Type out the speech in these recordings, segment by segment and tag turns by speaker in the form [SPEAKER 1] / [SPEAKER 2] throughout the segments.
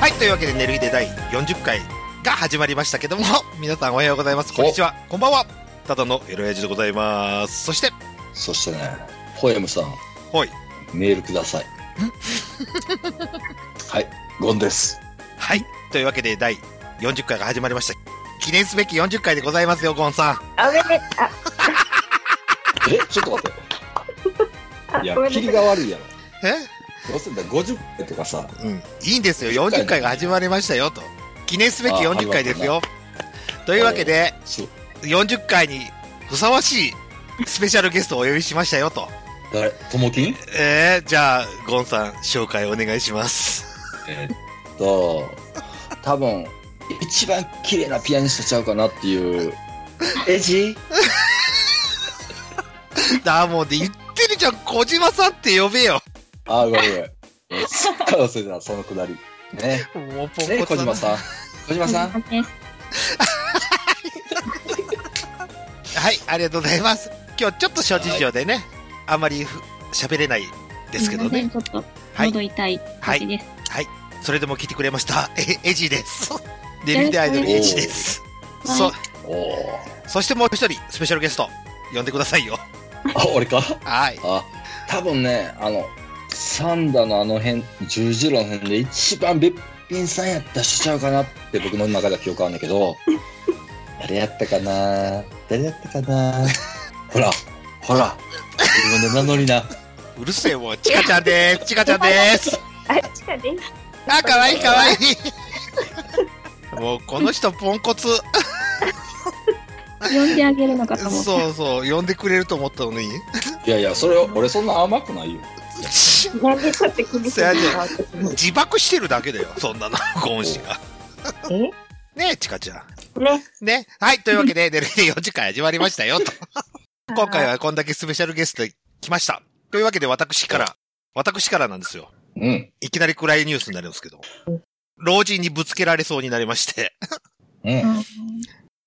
[SPEAKER 1] はい、というわけで、寝る日で第40回が始まりましたけども、 皆さんおはようございます。こんにちは。こんばんは。ただのエロヤジでございます。そして、
[SPEAKER 2] そしてね、ポエムさん、
[SPEAKER 1] はい。
[SPEAKER 2] メールくだ さい。はい、ゴンです。
[SPEAKER 1] はい。というわけで、第40回が始まりました。記念すべき40回でございますよ、ゴンさん。
[SPEAKER 3] あ、ごめんなさい。あ、
[SPEAKER 2] え、ちょっと待っ
[SPEAKER 3] あ
[SPEAKER 2] て。いや
[SPEAKER 3] ごめ、んな
[SPEAKER 2] キ
[SPEAKER 3] さ
[SPEAKER 2] リ
[SPEAKER 3] い。
[SPEAKER 2] が悪いやろ。
[SPEAKER 1] え
[SPEAKER 2] どうせだ、50回とかさ、
[SPEAKER 1] うん。いいんですよ。40回が始まりましたよ、と。記念すべき
[SPEAKER 2] あ
[SPEAKER 1] 40回ですよ。というわけで、
[SPEAKER 2] そう
[SPEAKER 1] 40回にふさわしいスペシャルゲストをお呼びしましたよ、と。
[SPEAKER 2] 誰、ともきん
[SPEAKER 1] えー、じゃあ、ゴンさん、紹介お願いします。
[SPEAKER 2] えっと、多分、一番綺麗なピアニストちゃうかなっていう。エジ
[SPEAKER 1] だ、もうで言ってるじゃん、小島さんって呼べよ。
[SPEAKER 2] あー、ごめんごめん。すっかり忘れてた、そのくだり。ね。
[SPEAKER 1] もうポ
[SPEAKER 2] ね、
[SPEAKER 1] ンコ
[SPEAKER 2] 小
[SPEAKER 1] ツだ
[SPEAKER 2] 島
[SPEAKER 1] な
[SPEAKER 2] さん。小島 さん。
[SPEAKER 1] はい、ありがとうございます。今日ちょっと諸事情でね、あまりふ喋れないですけどね。
[SPEAKER 4] ちょっと
[SPEAKER 1] はい、
[SPEAKER 4] 喉痛い
[SPEAKER 1] はい
[SPEAKER 4] 私です。
[SPEAKER 1] それでも聞いてくれました。え、エジーです。デビューアイドルエジーです。
[SPEAKER 4] はい
[SPEAKER 1] そ、
[SPEAKER 2] おお。
[SPEAKER 1] そしてもう一人、スペシャルゲスト、呼んでくださいよ。
[SPEAKER 2] あ、俺か
[SPEAKER 1] はい。
[SPEAKER 2] あ多分ねあのサンダのあの辺十字路の辺で一番べっぴんさんやったしちゃうかなって僕の中では記憶あるんだけど誰やったかな誰やったかなほらほら自分で名乗りな
[SPEAKER 1] うるせえ、もう。チカちゃんでー す。チカちゃんでーす。
[SPEAKER 3] あ、ちかです。
[SPEAKER 1] あ、かわいいかわいい。もう、この人、ポンコツ。
[SPEAKER 4] 呼んであげるのかと思った。
[SPEAKER 1] そうそう、呼んでくれると思ったのに。
[SPEAKER 2] いやいやそれ俺そんな甘くないよ
[SPEAKER 3] なんでそうやって首するの私も
[SPEAKER 1] 自爆してるだけだよ、そんなの、ゴン氏が。
[SPEAKER 3] え
[SPEAKER 1] ねえ、チカちゃん。
[SPEAKER 3] ね。
[SPEAKER 1] ね。はい。というわけで、寝る日で4時間始まりましたよ、 と。今回はこんだけスペシャルゲスト来ました。というわけで、私から、私からなんですよ。
[SPEAKER 2] うん
[SPEAKER 1] いきなり暗いニュースになるんですけど。老人にぶつけられそうになりまして。
[SPEAKER 2] うん
[SPEAKER 4] うん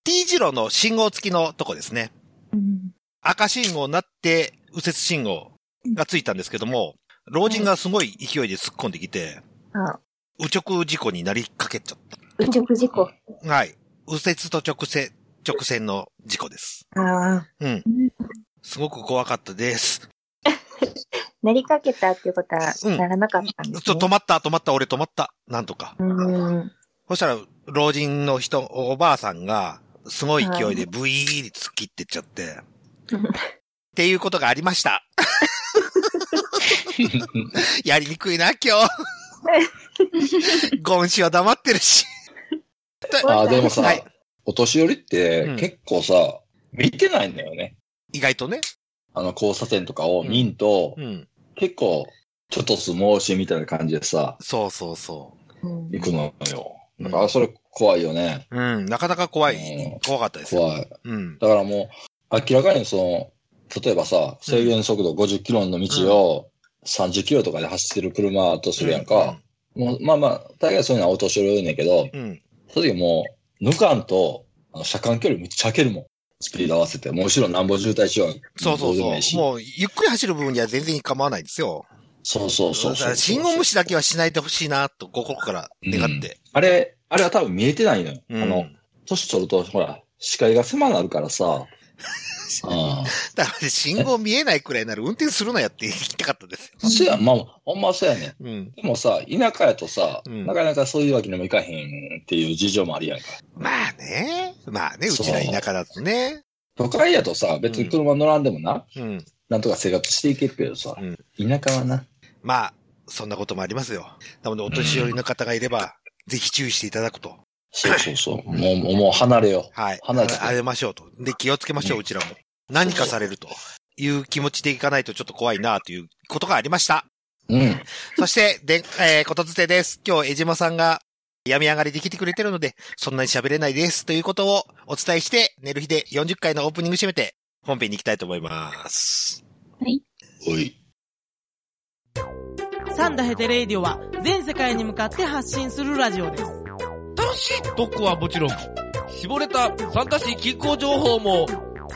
[SPEAKER 1] T 字路の信号付きのとこですね。
[SPEAKER 4] うん
[SPEAKER 1] 赤信号になって、右折信号がついたんですけども、老人がすごい勢いで突っ込んできて、
[SPEAKER 3] あ、
[SPEAKER 1] 右直事故になりかけちゃっ
[SPEAKER 3] うちょく事故。
[SPEAKER 1] た。はい。右折と直線、直線の事故です。
[SPEAKER 3] ああ。
[SPEAKER 1] うん。すごく怖かったです。
[SPEAKER 3] なりかけたっていうことは
[SPEAKER 1] うん
[SPEAKER 3] ならなかったんで
[SPEAKER 1] ち
[SPEAKER 3] す
[SPEAKER 1] ょ、止
[SPEAKER 3] ね。
[SPEAKER 1] まった、止まった、俺止まった。なんとか。
[SPEAKER 3] うん。
[SPEAKER 1] そしたら、老人の人、おばあさんが、すごい勢いでブイーに突っ切ってっちゃって。
[SPEAKER 3] うん
[SPEAKER 1] っていうことがありました。やりにくいな、今日。ゴンシは黙ってるし。
[SPEAKER 2] あでもさ、
[SPEAKER 1] はい
[SPEAKER 2] お年寄りっ
[SPEAKER 1] うん
[SPEAKER 2] て結構さ、見てないんだよね
[SPEAKER 1] 意外とね。
[SPEAKER 2] あの交差点とかを見んと、
[SPEAKER 1] うん。
[SPEAKER 2] 結構ちょっと相撲しみたいな感じでさ、
[SPEAKER 1] そうそうそ
[SPEAKER 3] うん
[SPEAKER 2] 行くのよ。
[SPEAKER 1] う。
[SPEAKER 2] だからそれ怖いよね。
[SPEAKER 1] うん、うんなかなか怖
[SPEAKER 2] う
[SPEAKER 1] い
[SPEAKER 2] ん。
[SPEAKER 1] 怖かったです。
[SPEAKER 2] 怖い。
[SPEAKER 1] うん。
[SPEAKER 2] だからもう、明らかにその、例えばさ、制限速度50キロの道を30キロとかで走ってる車とするやんか。もうまあまあ、大概そういうのはお年寄り多いねんだけど、
[SPEAKER 1] うん。うん。
[SPEAKER 2] その時もう、抜かんと、あの車間距離めっちゃ開けるもん。スピード合わせて。もう後ろなんぼ渋滞しよう。
[SPEAKER 1] そうそう
[SPEAKER 2] どでも
[SPEAKER 1] そ
[SPEAKER 2] いい
[SPEAKER 1] う。
[SPEAKER 2] し
[SPEAKER 1] もう、ゆっくり走る部分には全然構わないんですよ。
[SPEAKER 2] そうそうそう
[SPEAKER 1] だ
[SPEAKER 2] そ
[SPEAKER 1] か
[SPEAKER 2] う。
[SPEAKER 1] ら信号無視だけはしないでほしいな、と心から願って。
[SPEAKER 2] あれ、あれは多分見えてないのよ。
[SPEAKER 1] うん
[SPEAKER 2] あの、年取ると、ほら、視界が狭なるからさ。ああ。
[SPEAKER 1] だから信号見えないくらいなら運転するなやって言いたかったですよ。
[SPEAKER 2] そやん、まあ、ほんまそうやね
[SPEAKER 1] うん。
[SPEAKER 2] ん。でもさ、田舎やとさ、
[SPEAKER 1] うん
[SPEAKER 2] なかなかそういうわけにもいかへんっていう事情もありやんか。
[SPEAKER 1] まあね。まあね、う
[SPEAKER 2] そう
[SPEAKER 1] ちら田舎だとね。
[SPEAKER 2] 都会やとさ、別に車乗らんでもな、
[SPEAKER 1] うん。
[SPEAKER 2] なんとか生活していけるけどさ、
[SPEAKER 1] うん
[SPEAKER 2] 田舎はな。
[SPEAKER 1] まあ、そんなこともありますよ。なので、お年寄りの方がいれば、ぜひ注意していただくと。
[SPEAKER 2] そうそうそう。もう、もうもう離れよ
[SPEAKER 1] はい。あ
[SPEAKER 2] 離れて
[SPEAKER 1] れましょうと。で、気をつけましょう、
[SPEAKER 2] うん
[SPEAKER 1] うちらも。何かされるという気持ちでいかないとちょっと怖いな、ということがありました。
[SPEAKER 2] う。うん。
[SPEAKER 1] そして、で、えー、ことづてです。今日、江島さんが、病み上がりで来てくれてるので、そんなに喋れないです。ということをお伝えして、寝る日で40回のオープニング締めて、本編に行きたいと思います。
[SPEAKER 2] おい。
[SPEAKER 5] サンダヘテレイディオは全世界に向かって発信するラジオです。
[SPEAKER 6] 楽しい特攻はもちろん、絞れた参加し気候情報も、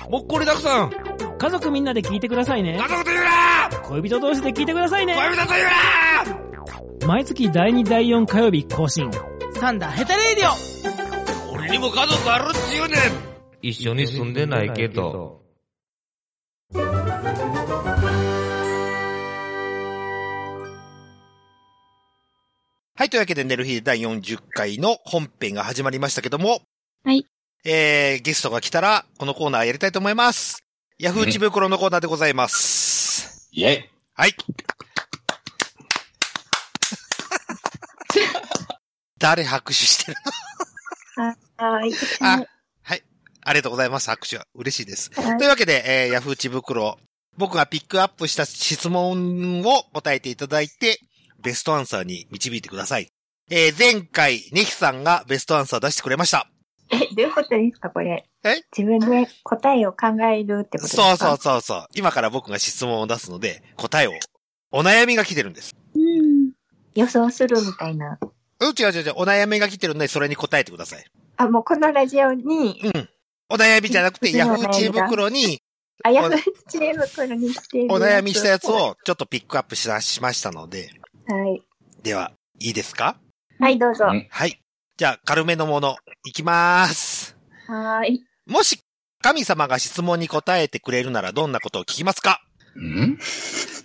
[SPEAKER 6] もっこりたくさん。
[SPEAKER 7] 家族みんなで聞いてくださいね
[SPEAKER 6] 家。族と言うな
[SPEAKER 7] 恋人同士で聞いてくださいね。
[SPEAKER 6] 恋人と言うな
[SPEAKER 4] 毎月第2第4火曜日更新。
[SPEAKER 5] サンダーヘタレーディオ
[SPEAKER 6] 俺にも家族あるっちゅうねん一緒に住んでないけど。
[SPEAKER 1] はい、というわけで、寝る日第40回の本編が始まりましたけども。
[SPEAKER 3] はい。
[SPEAKER 1] えー、ゲストが来たら、このコーナーやりたいと思います。ヤフーチ袋のコーナーでございます。
[SPEAKER 2] イェイ
[SPEAKER 1] はい。誰拍手してる
[SPEAKER 3] あー、い
[SPEAKER 1] あ、はい。ありがとうございます。拍手は嬉しいです。
[SPEAKER 3] はい
[SPEAKER 1] というわけで、えー、ヤフーチ袋。僕がピックアップした質問を答えていただいて、ベストアンサーに導いてください。えー、前回、ネヒさんがベストアンサー出してくれました。
[SPEAKER 3] え、どういうことですか、これ。
[SPEAKER 1] え
[SPEAKER 3] 自分で答えを考えるってことです
[SPEAKER 1] そ
[SPEAKER 3] か
[SPEAKER 1] うそうそうそう。今から僕が質問を出すので、答えを。お悩みが来てるんです。
[SPEAKER 3] うん。予想するみたいな。
[SPEAKER 1] うん、違う違う違う。お悩みが来てるので、それに答えてください。
[SPEAKER 3] あ、もうこのラジオに、
[SPEAKER 1] うん。お悩みじゃなくて、
[SPEAKER 3] いや
[SPEAKER 1] ヤフーチ袋に
[SPEAKER 3] あ、やふちえむころに来てる
[SPEAKER 1] お悩みしたやつ。をちょっとピックアップしなしましたので、
[SPEAKER 3] はい。
[SPEAKER 1] では、いいですか
[SPEAKER 3] はい、どうぞ。
[SPEAKER 2] う
[SPEAKER 3] は
[SPEAKER 2] ん
[SPEAKER 1] はい。じゃあ、軽めのもの、いきまーす。
[SPEAKER 3] ーい。
[SPEAKER 1] もし、神様が質問に答えてくれるならどんなことを聞きますか
[SPEAKER 2] ん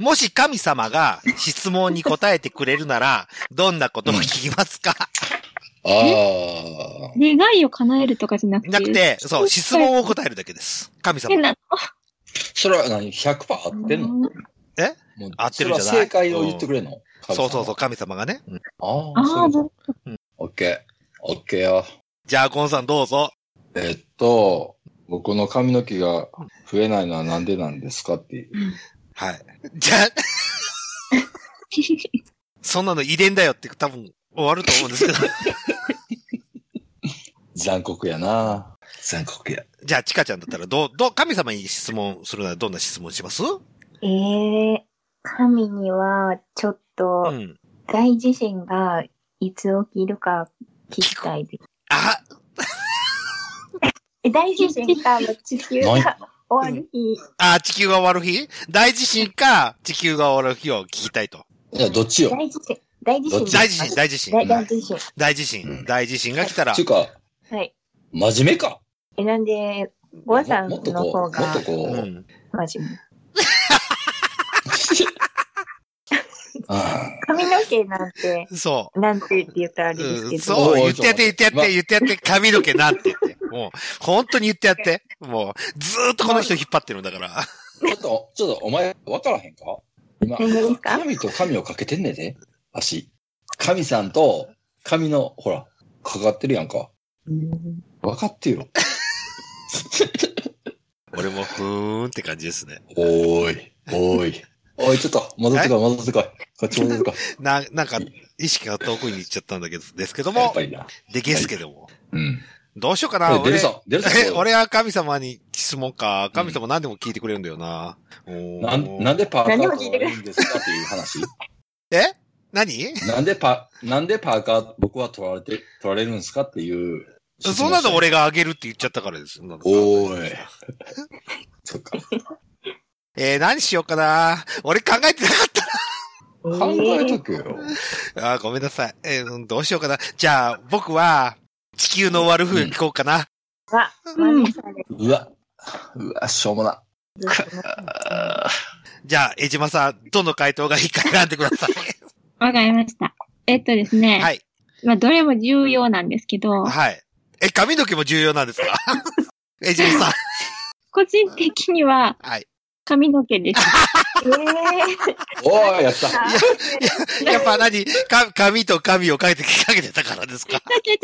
[SPEAKER 1] もし神様が質問に答えてくれるなら、どんなことを聞きますか
[SPEAKER 2] ああ。
[SPEAKER 7] 願いを叶えるとかじゃなくて。
[SPEAKER 1] なくて、そう、質問を答えるだけです。神
[SPEAKER 7] 変
[SPEAKER 1] 様。
[SPEAKER 7] な
[SPEAKER 2] それは何 ?100% 合ってんの
[SPEAKER 7] の。
[SPEAKER 2] もう
[SPEAKER 1] 合ってるじゃない
[SPEAKER 2] それは正解を言ってくれんの
[SPEAKER 1] そうそうそう、
[SPEAKER 2] 神様
[SPEAKER 1] 神様がね。うん
[SPEAKER 2] ああ、
[SPEAKER 7] あ
[SPEAKER 2] そ
[SPEAKER 7] あ、
[SPEAKER 2] ういう
[SPEAKER 7] ど
[SPEAKER 2] こ
[SPEAKER 7] う
[SPEAKER 2] と。オッケー。オッケーよ。
[SPEAKER 1] じゃあ、ゴンさんどうぞ。
[SPEAKER 2] えっと、僕の髪の毛が増えないのはなんでなんですかっていう。
[SPEAKER 1] はい。じゃあ、そんなの遺伝だよって多分終わると思うんですけど。
[SPEAKER 2] 残酷やな残酷や。
[SPEAKER 1] じゃあ、チカちゃんだったら、どう、どう、神様に質問するならどんな質問しますう
[SPEAKER 3] えー、神には、ちょっと、
[SPEAKER 1] ん。
[SPEAKER 3] 大地震がいつ起きるか聞きたいです。
[SPEAKER 1] あ、
[SPEAKER 3] え大地震か、もう地球
[SPEAKER 2] ない
[SPEAKER 3] が終わる日。
[SPEAKER 1] あ、地球が終わる日大地震か、地球が終わる日を聞きたいと。
[SPEAKER 2] いや、どっちよ。
[SPEAKER 3] 大地震。大地震。
[SPEAKER 1] 大地震、大地震。
[SPEAKER 3] 大大地震。
[SPEAKER 1] 大地
[SPEAKER 2] う
[SPEAKER 1] 震、
[SPEAKER 2] ん
[SPEAKER 1] 大地震が来たら
[SPEAKER 2] ちゅ、うか、
[SPEAKER 3] はい。
[SPEAKER 2] 真面目か。
[SPEAKER 3] え、なんで、ゴーさん
[SPEAKER 2] も
[SPEAKER 3] の
[SPEAKER 2] っとこう、もっ
[SPEAKER 3] 方が
[SPEAKER 2] と、こ
[SPEAKER 1] う
[SPEAKER 2] う。
[SPEAKER 1] ん。
[SPEAKER 3] 真面目。
[SPEAKER 2] あ
[SPEAKER 3] 髪の毛なんて、
[SPEAKER 1] そ
[SPEAKER 3] なんてって言ったらあ
[SPEAKER 1] う。
[SPEAKER 3] れです
[SPEAKER 1] う
[SPEAKER 3] け
[SPEAKER 1] ん、
[SPEAKER 3] ど。
[SPEAKER 1] そう、言ってやって、言ってやっ
[SPEAKER 2] ま
[SPEAKER 1] て、言ってやって、髪の毛なんて言って。もう、本当に言ってやって。もう、ずーっとこの人引っ張ってるんだから。
[SPEAKER 2] あちょっと、ちょっとお前、わからへんか今、
[SPEAKER 3] 何ですか
[SPEAKER 2] 神と神をかけてんねんで、足。神さんと神の、ほら、かかってるやんか。
[SPEAKER 3] うん
[SPEAKER 2] わかってよ。
[SPEAKER 1] 俺も、ふーんって感じですね。
[SPEAKER 2] おーい、おーい。おい、ちょっと、戻ってこい、戻ってこい。こっち戻ってこ
[SPEAKER 1] な、なんか、意識が遠くに行っちゃったんだけど、ですけど
[SPEAKER 2] い。やっ
[SPEAKER 1] も
[SPEAKER 2] ぱ、りな。
[SPEAKER 1] でゲスけども。
[SPEAKER 2] うん。
[SPEAKER 1] どうしようかな、
[SPEAKER 2] おい出る
[SPEAKER 1] 俺。
[SPEAKER 2] ぞ、出るぞ。
[SPEAKER 1] え、俺は神様に質問か。神様何でも聞いてくれるんだよな。おー
[SPEAKER 2] なん、なんでパーカー
[SPEAKER 3] 何
[SPEAKER 2] と
[SPEAKER 3] も
[SPEAKER 2] か
[SPEAKER 3] 聞いてくれ
[SPEAKER 2] がいいんですかっていう話。
[SPEAKER 1] え何
[SPEAKER 2] なんでパ、なんでパーカー僕は取られて、取られるんですかっていう。
[SPEAKER 1] そんなの。俺があげるって言っちゃったからです。そんなの
[SPEAKER 2] お ーい。そっか。
[SPEAKER 1] えー何しようかな。俺考えてなかっ
[SPEAKER 2] 考えと
[SPEAKER 3] え
[SPEAKER 2] くよ。
[SPEAKER 1] た。 あーごめんなさい。えーうんどうしようかな。じゃあ、僕は、地球の終わる風聞こうかな。
[SPEAKER 3] ーわ、真似され
[SPEAKER 2] うわ。うわ、しょうもな。
[SPEAKER 3] る。
[SPEAKER 2] あ
[SPEAKER 1] じゃあ、江島さん、どの回答がいいか選んでください。
[SPEAKER 7] わかりました。えっとですね。
[SPEAKER 1] はい。
[SPEAKER 7] まあ、どれも重要なんですけど、
[SPEAKER 1] はい。え、髪の毛も重要なんです か江島さん。
[SPEAKER 7] 個人的には
[SPEAKER 1] はい。
[SPEAKER 7] 髪の毛です。
[SPEAKER 3] えー
[SPEAKER 2] ーおーい、やった。
[SPEAKER 3] あ
[SPEAKER 1] やっぱ何か髪と髪をかけて、かけてたからですか
[SPEAKER 7] だって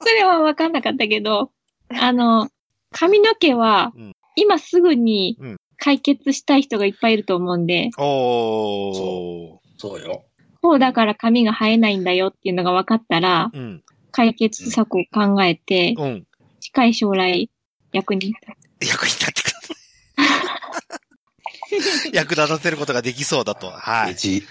[SPEAKER 7] それはわかんなかったけど、あの、髪の毛は
[SPEAKER 1] うん、
[SPEAKER 7] 今すぐに
[SPEAKER 1] うん
[SPEAKER 7] 解決したい人がいっぱいいると思うんで、
[SPEAKER 1] おー
[SPEAKER 2] そ。そうよ。
[SPEAKER 7] こうだから髪が生えないんだよっていうのが分かったら、
[SPEAKER 1] うん。
[SPEAKER 7] 解決策を考えて、
[SPEAKER 1] うん。
[SPEAKER 7] 近い将来役に立つ
[SPEAKER 1] 役に立ってくださ い。役立たせることができそうだと。は
[SPEAKER 2] エ
[SPEAKER 1] い。
[SPEAKER 2] ジ、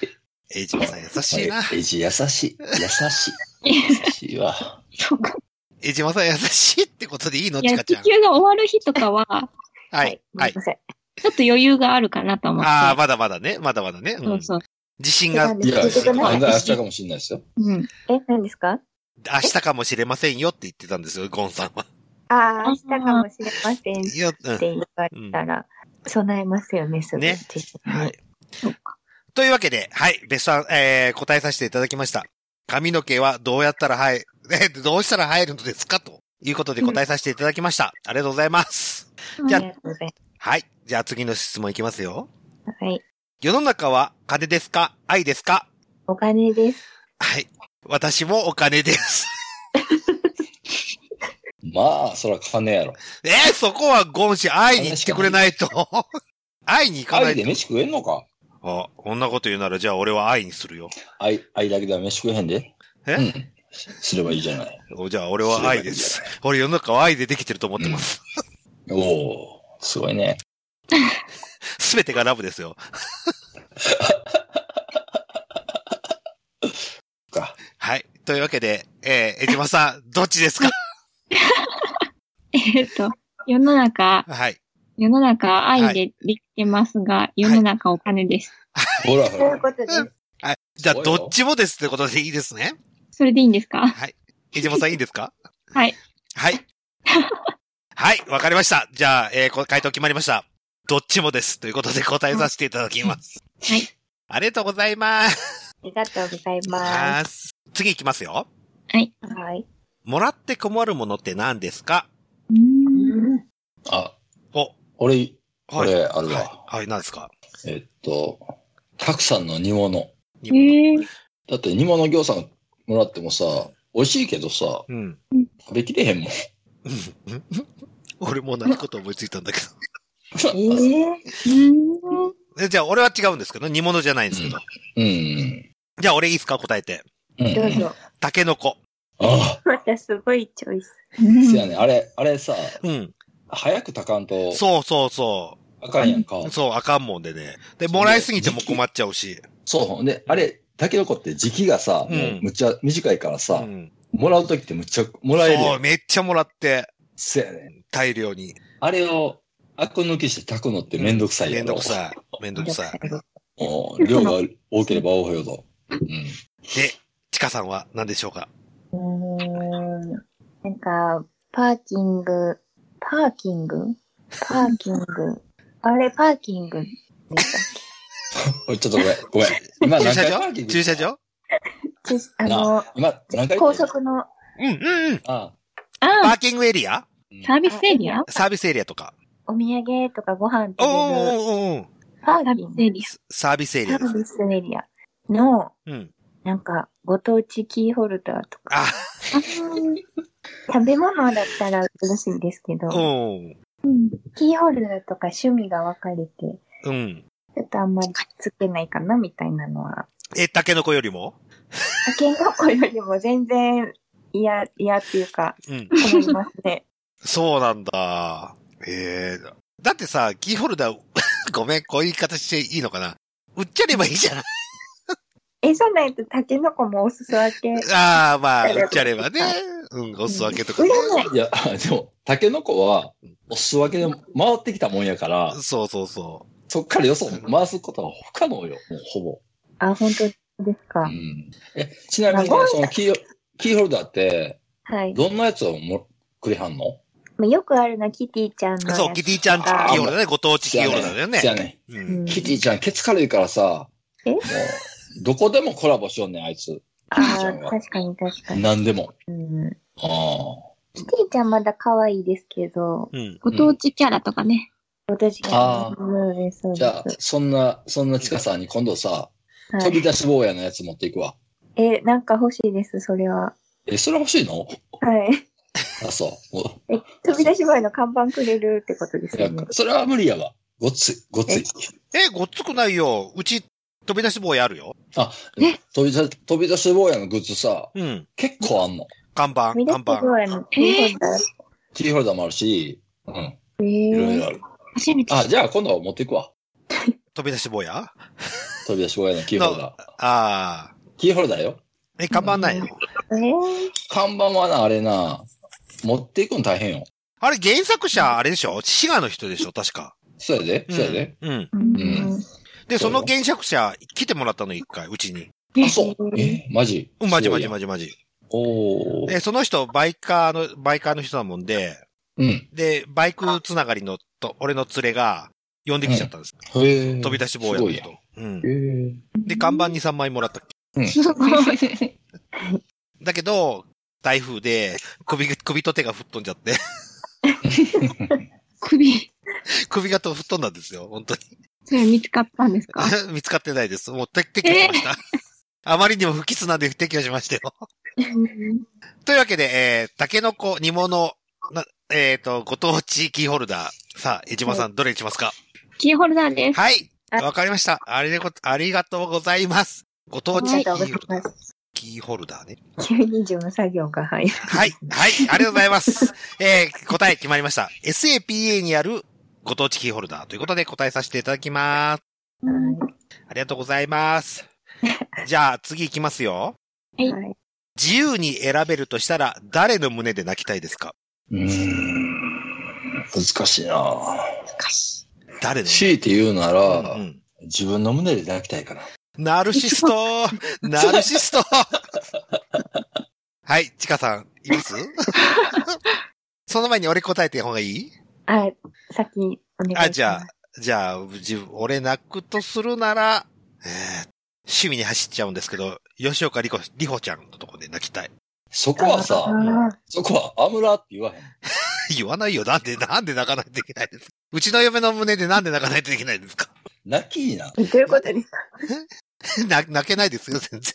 [SPEAKER 1] エイジマさん優しいな。
[SPEAKER 2] エジ優しい。優しい。優 しいわ。
[SPEAKER 7] そうか。
[SPEAKER 1] エイジマさん優しいってことでいいの
[SPEAKER 7] い
[SPEAKER 1] ち
[SPEAKER 7] や、
[SPEAKER 1] か
[SPEAKER 7] 地
[SPEAKER 1] ちゃん。
[SPEAKER 7] 球が終わる日とかは、ち
[SPEAKER 1] はい。
[SPEAKER 3] ご
[SPEAKER 1] は
[SPEAKER 3] めん
[SPEAKER 1] い。
[SPEAKER 3] なさい。
[SPEAKER 7] ょっと余裕があるかなと思って。
[SPEAKER 1] ああ、まだまだね。まだまだね。う
[SPEAKER 7] そ
[SPEAKER 1] ん
[SPEAKER 7] う。そう。
[SPEAKER 1] 自信が
[SPEAKER 3] い
[SPEAKER 2] いや、
[SPEAKER 3] や
[SPEAKER 2] 全然
[SPEAKER 3] なん
[SPEAKER 2] 明
[SPEAKER 3] か
[SPEAKER 2] 日かもしれないですよ。
[SPEAKER 7] うん。
[SPEAKER 3] え、何ですか
[SPEAKER 1] 明日かもしれませんよって言ってたんですよ、ゴンさんは。
[SPEAKER 3] ああ、明日かもしれませんっ
[SPEAKER 1] いや、うん。
[SPEAKER 3] て言われたら、備えますよね、すぐ。
[SPEAKER 1] ね
[SPEAKER 3] 自信に
[SPEAKER 1] はい。
[SPEAKER 7] そうか。
[SPEAKER 1] というわけで、はい、別さん、えー、答えさせていただきました。髪の毛はどうやったら生え、 え、どうしたら生えるのですかということで答えさせていただきました。ありがとうございます。じゃ
[SPEAKER 3] あ
[SPEAKER 1] あ
[SPEAKER 3] りがとうござい
[SPEAKER 1] はい。じゃあ次の質問いきますよ。
[SPEAKER 3] ます。はい。
[SPEAKER 1] 世の中は金ですか愛ですか
[SPEAKER 3] お金です。
[SPEAKER 1] はい。私もお金です。
[SPEAKER 2] まあ、そら金やろ。
[SPEAKER 1] えーそこはゴン氏愛に行ってくれないと。愛に行かな
[SPEAKER 2] 愛
[SPEAKER 1] い
[SPEAKER 2] で
[SPEAKER 1] と。
[SPEAKER 2] 飯食えんのか
[SPEAKER 1] あ、こんなこと言うならじゃあ俺は愛にするよ。
[SPEAKER 2] 愛、愛だけでは飯食えへんで。
[SPEAKER 1] え
[SPEAKER 2] うん。すればいいじゃない。
[SPEAKER 1] おじゃあ俺は愛です。俺世の中は愛でできてると思って ます。
[SPEAKER 2] おおすごいね。
[SPEAKER 1] すべてがラブですよ。
[SPEAKER 2] か。
[SPEAKER 1] はい。というわけで、えー、江島さん、どっちですか
[SPEAKER 7] えっと、世の中、
[SPEAKER 1] はい。
[SPEAKER 7] 世の中愛でできてますが、世の中お金です。
[SPEAKER 2] ほらほ
[SPEAKER 3] そういう
[SPEAKER 2] ら。
[SPEAKER 3] ことです。
[SPEAKER 1] じゃあ、
[SPEAKER 2] そう
[SPEAKER 1] ど
[SPEAKER 2] よ
[SPEAKER 1] っちもですってことでいいですね。
[SPEAKER 7] それでいいんですか
[SPEAKER 1] 江島さん、いいですか
[SPEAKER 7] はい。
[SPEAKER 1] はい。 はい、わかりました。じゃあ、えーこ回答決まりました。どっちもです。ということで答えさせていただきます。
[SPEAKER 7] はい。
[SPEAKER 1] ありがとうございます。
[SPEAKER 3] ありがとうございま
[SPEAKER 1] 次いきますよ。
[SPEAKER 3] す。はい。
[SPEAKER 1] もらって困るものって何ですか
[SPEAKER 7] うーん
[SPEAKER 2] あ、
[SPEAKER 1] お、
[SPEAKER 2] 俺、こ
[SPEAKER 1] はい。
[SPEAKER 2] れあるわ。
[SPEAKER 1] はい。はい、何ですか
[SPEAKER 2] えっと、たくさんの煮物。
[SPEAKER 1] 日本の
[SPEAKER 7] えー、
[SPEAKER 2] だって煮物餃子もらってもさ、美味しいけどさ、
[SPEAKER 1] うん。
[SPEAKER 2] 食べきれへんもん。
[SPEAKER 1] うんうん俺もう何こと思いついたんだけど。
[SPEAKER 3] ええ
[SPEAKER 7] うーん。
[SPEAKER 1] えじゃあ、俺は違うんですけど、煮物じゃないんですけど。
[SPEAKER 2] うん。
[SPEAKER 1] じゃあ、俺いいですか答えて。
[SPEAKER 2] うん。
[SPEAKER 3] どうぞ。
[SPEAKER 1] タケノコ。
[SPEAKER 2] あ
[SPEAKER 3] またすごいチョイス。
[SPEAKER 2] あ、そうやね。あれ、あれさ、
[SPEAKER 1] うん。
[SPEAKER 2] 早く炊かんと、
[SPEAKER 1] そうそうそ
[SPEAKER 2] あかんやんか。
[SPEAKER 1] う。そう、あかんもんでね。で、もらいすぎても困っちゃうし。
[SPEAKER 2] そう。で、あれ、タケノコって時期がさ、
[SPEAKER 1] うん
[SPEAKER 2] もうむっちゃ短いから
[SPEAKER 1] う
[SPEAKER 2] さ、
[SPEAKER 1] ん。
[SPEAKER 2] もらうときってむっちゃもらえるやん
[SPEAKER 1] そう、めっちゃもらって、
[SPEAKER 2] そうやね。
[SPEAKER 1] 大量に。
[SPEAKER 2] あれを、アク抜きして炊くのってめんどくさい
[SPEAKER 1] め
[SPEAKER 2] やろ。
[SPEAKER 1] んどくさ い。めんどくさい。
[SPEAKER 2] もう量が多ければ多いほど。うん。
[SPEAKER 1] で、チカさんは何でしょうか
[SPEAKER 3] うーん。なんか、パーキング、パーキングパーキング。あれ、パーキングでし
[SPEAKER 2] おいちょっとごめん、ご めん。今
[SPEAKER 1] 駐
[SPEAKER 2] 何
[SPEAKER 1] 車
[SPEAKER 2] 回パーキン
[SPEAKER 1] 場
[SPEAKER 2] グ
[SPEAKER 1] 駐車場
[SPEAKER 3] たちあの
[SPEAKER 2] な、、今何回
[SPEAKER 3] 高。速の、
[SPEAKER 1] うん、うん、うん。
[SPEAKER 2] あ
[SPEAKER 1] パ
[SPEAKER 7] あ
[SPEAKER 1] ーキングエリア
[SPEAKER 2] ー
[SPEAKER 7] サービスエリア
[SPEAKER 1] サービスエリアとか。
[SPEAKER 3] お土産とかご飯
[SPEAKER 1] おー
[SPEAKER 3] 食べる、
[SPEAKER 1] おーおーおー
[SPEAKER 3] パ
[SPEAKER 7] サ
[SPEAKER 3] ー
[SPEAKER 7] ー
[SPEAKER 3] キ
[SPEAKER 7] ビ
[SPEAKER 3] ン
[SPEAKER 7] スエ
[SPEAKER 3] グ、
[SPEAKER 7] リ
[SPEAKER 1] サービスエリ
[SPEAKER 3] サ
[SPEAKER 1] アです
[SPEAKER 3] ー。ビスエリアの、
[SPEAKER 1] うん。
[SPEAKER 3] なんか、ご当地キーホルダーとか、
[SPEAKER 1] あ、
[SPEAKER 7] ア。あー
[SPEAKER 3] 食べ物だったら嬉しいんですけ
[SPEAKER 1] う
[SPEAKER 3] ど、
[SPEAKER 1] ん。
[SPEAKER 7] うん。
[SPEAKER 3] キーホルダーとか趣味が分かれて、
[SPEAKER 1] うん。
[SPEAKER 3] ちょっとあんまりつけないかなみたいなのは
[SPEAKER 1] え、タケノコよりも
[SPEAKER 3] 他県学校よりも全然嫌、嫌っていうか、
[SPEAKER 1] うん。
[SPEAKER 3] 思いますね。
[SPEAKER 1] そうなんだ。ええだってさ、キーホルダー、 ごめん、こういう形でいいのかな売っちゃればいいじゃん。
[SPEAKER 3] え、じゃないと、タケノコもおすそ分け。
[SPEAKER 1] ああ、まあ、売っちゃればね。うん、お裾分けとか
[SPEAKER 3] 売
[SPEAKER 1] ね。
[SPEAKER 3] らない。
[SPEAKER 2] いや、 でも、タケノコは、おすわけで回ってきたもんやから、
[SPEAKER 1] そうそうそ
[SPEAKER 2] そっからよそ回すことは不可能よ、もうほぼ。
[SPEAKER 3] あ、本当です
[SPEAKER 2] う
[SPEAKER 3] か。
[SPEAKER 2] ん、えちなみにね、そのキーキーホルダーって、
[SPEAKER 3] はい。
[SPEAKER 2] どんなやつをもくれはんの
[SPEAKER 3] まあ、よくあるな、キティちゃん
[SPEAKER 1] う。
[SPEAKER 3] の。
[SPEAKER 1] そう、キティちゃんキーホルダーね。ご当地キーホルダーだよね
[SPEAKER 2] せ。やね
[SPEAKER 1] う。
[SPEAKER 3] うんん
[SPEAKER 2] ん。キティちゃん、ケツ軽いからさ、
[SPEAKER 3] え
[SPEAKER 2] もうどこでもコラボしようねん、あいつ。
[SPEAKER 3] あ
[SPEAKER 2] キティちゃん
[SPEAKER 3] あ、
[SPEAKER 2] は
[SPEAKER 3] 確かに確かに。
[SPEAKER 2] 何でも。
[SPEAKER 3] うん。
[SPEAKER 2] ああ。
[SPEAKER 3] キティちゃんまだ可愛いですけど、
[SPEAKER 1] うん。
[SPEAKER 7] ご当地キャラとかね。
[SPEAKER 3] 私
[SPEAKER 2] あ
[SPEAKER 3] が
[SPEAKER 2] ー
[SPEAKER 3] そうです、そう
[SPEAKER 2] じゃあ
[SPEAKER 3] で、す。
[SPEAKER 2] そんな、そんなチカさんに今度さ、
[SPEAKER 3] は
[SPEAKER 2] 飛び
[SPEAKER 3] い、
[SPEAKER 2] 出し坊やのやつ持っていくわ。
[SPEAKER 3] え、なんか欲しいです、それは。
[SPEAKER 2] え、それ欲しいの
[SPEAKER 3] はい。
[SPEAKER 2] あ、そう。もう
[SPEAKER 3] え、飛び出し前の看板くれるってことです
[SPEAKER 2] いや
[SPEAKER 3] よね。
[SPEAKER 2] それは無理やわ。ごっつい、ごっつい。
[SPEAKER 1] え、ごっつくないよ。うち、飛び出し坊やあるよ。
[SPEAKER 7] え
[SPEAKER 2] 飛び出し、飛び出し坊やのグッズさ、
[SPEAKER 1] うん。
[SPEAKER 2] 結構あんの。
[SPEAKER 1] 看板、
[SPEAKER 3] 見出し
[SPEAKER 1] 看板。
[SPEAKER 3] 前のキーホルダー。
[SPEAKER 2] キーホルダーもあるし、うん。
[SPEAKER 3] え
[SPEAKER 2] いろい
[SPEAKER 3] ー
[SPEAKER 2] ろある。
[SPEAKER 7] 初めて知
[SPEAKER 2] あ、
[SPEAKER 7] っ
[SPEAKER 2] じゃあ今度は持っていくわ。
[SPEAKER 1] 飛び出し坊やあ
[SPEAKER 2] 飛び出し坊やのキーホルダー。
[SPEAKER 1] あ
[SPEAKER 2] キーホルダーよ。
[SPEAKER 1] ー。え、看板ないの
[SPEAKER 3] えー、
[SPEAKER 2] 看板はな、あれな、持っていくの大変よ。
[SPEAKER 1] あれ、原作者、あれでしょ滋賀の人でしょ確か。
[SPEAKER 2] そうやで、そうやで。
[SPEAKER 1] うん。
[SPEAKER 3] うんん。
[SPEAKER 1] で、その原作者、来てもらったの、一回、うちに。
[SPEAKER 2] あ、そう。え、マジ
[SPEAKER 1] うん、マジマジ
[SPEAKER 2] ジ。
[SPEAKER 1] マジマジ。
[SPEAKER 2] おー。
[SPEAKER 1] で、その人、バイカーの、バイカーの人なもんで、
[SPEAKER 2] うん。
[SPEAKER 1] で、バイクつながりの、と、俺の連れが、呼んできちゃったんです。
[SPEAKER 2] へー
[SPEAKER 1] 飛び出し坊やの人。うん
[SPEAKER 2] すご。いやへー
[SPEAKER 1] で、看板に3枚もらったっけ。
[SPEAKER 7] すごい。
[SPEAKER 1] だけど、台風で、首が、首と手が吹っ飛んじゃって、
[SPEAKER 7] 首、
[SPEAKER 1] 首がと吹っ飛んだんですよ、本当に。
[SPEAKER 7] それ見つかったんですか
[SPEAKER 1] 見つかってないです。もう撤撤去しました。あまりにも不吉なんで撤去しましたよ。というわけで、えー、タケノコ、煮物、なえっ、と、ご当地キーホルダー。さあ、江島さん、どれにしますか
[SPEAKER 7] キーホルダーです。
[SPEAKER 1] はい。わかりました。ありがとうありがとうございます。ご当
[SPEAKER 3] あ
[SPEAKER 1] 地
[SPEAKER 3] り
[SPEAKER 1] キーホ
[SPEAKER 3] がとう
[SPEAKER 1] ル
[SPEAKER 3] ござ
[SPEAKER 1] ダ
[SPEAKER 3] い
[SPEAKER 1] ー
[SPEAKER 3] ます。
[SPEAKER 1] キーホルダーね。
[SPEAKER 3] 急に事務作業が入る。
[SPEAKER 1] はい。はい。ありがとうござい ます。えー、答え決まりました。SAPA にあるご当地キーホルダーということで答えさせていただきます。ありがとうございます。じゃあ、次行きますよ。
[SPEAKER 3] はい。
[SPEAKER 1] 自由に選べるとしたら、誰の胸で泣きたいですか
[SPEAKER 2] うーん。難しいな
[SPEAKER 1] 誰の
[SPEAKER 2] 強いて言うなら、
[SPEAKER 1] うんうん
[SPEAKER 2] 自分の胸で抱きたいかな。
[SPEAKER 1] ナルシストナルシストはい、チカさん、いますその前に俺答えて方がいい
[SPEAKER 3] あ、先にお願いします。
[SPEAKER 1] あ、じゃあ、じゃあ、自分、俺泣くとするなら、えー趣味に走っちゃうんですけど、吉岡里帆、里帆ちゃんのとこで泣きたい。
[SPEAKER 2] そこはさ、
[SPEAKER 3] あ
[SPEAKER 2] そこはアムラって言わへん。
[SPEAKER 1] 言わないよ。なんで、なんで泣かないといけないんですかうちの嫁の胸でなんで泣かないといけないんですか
[SPEAKER 2] 泣きいいな。
[SPEAKER 3] ー。どういうことですか
[SPEAKER 1] な泣けないですよ、全然。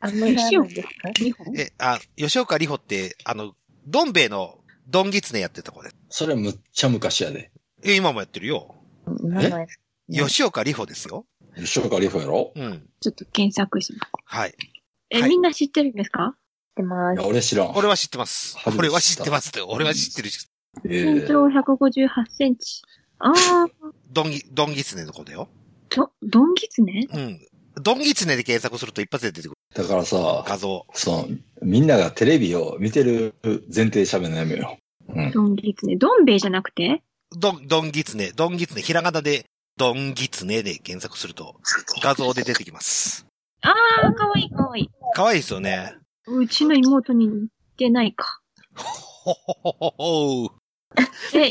[SPEAKER 3] あんまりなんですか
[SPEAKER 7] 日本
[SPEAKER 1] え、あ、吉岡里帆って、あの、どん兵衛の、どんぎつねやってた子で。
[SPEAKER 2] それむっちゃ昔やで。
[SPEAKER 1] え、今もやってるよ。
[SPEAKER 3] 今のやつ。うん
[SPEAKER 1] 吉岡里帆ですよ。
[SPEAKER 2] 吉岡里帆やろ
[SPEAKER 1] うん。
[SPEAKER 7] ちょっと検索します。
[SPEAKER 1] はい。
[SPEAKER 7] え、
[SPEAKER 1] はい
[SPEAKER 7] みんな知ってるんですか
[SPEAKER 3] ってま
[SPEAKER 2] いや、
[SPEAKER 3] す。
[SPEAKER 2] 俺知らん。
[SPEAKER 1] 俺は知ってます
[SPEAKER 2] 初め。て
[SPEAKER 1] 俺は知ってますって。俺は知ってるし。
[SPEAKER 2] え
[SPEAKER 7] 身
[SPEAKER 2] ー
[SPEAKER 7] 長158センチ。あー、
[SPEAKER 1] どんぎ、どんぎつねの子だよ。
[SPEAKER 7] ど、どんぎつね
[SPEAKER 1] うん。どんぎつねで検索すると一発で出てくる。
[SPEAKER 2] だからさ、
[SPEAKER 1] 画像。
[SPEAKER 2] その、みんながテレビを見てる前提で喋るのやめよう。うん。
[SPEAKER 7] どんぎつね。どん兵衛じゃなくて
[SPEAKER 1] どん、どんぎつね。どんぎつね。ひらがなで、どんぎつねで検索すると、画像で出てきます。
[SPEAKER 7] あー、かわいいかわいい。
[SPEAKER 1] 可愛いですよね。
[SPEAKER 7] うちの妹に似てないか。
[SPEAKER 1] ほほほほほ
[SPEAKER 7] え、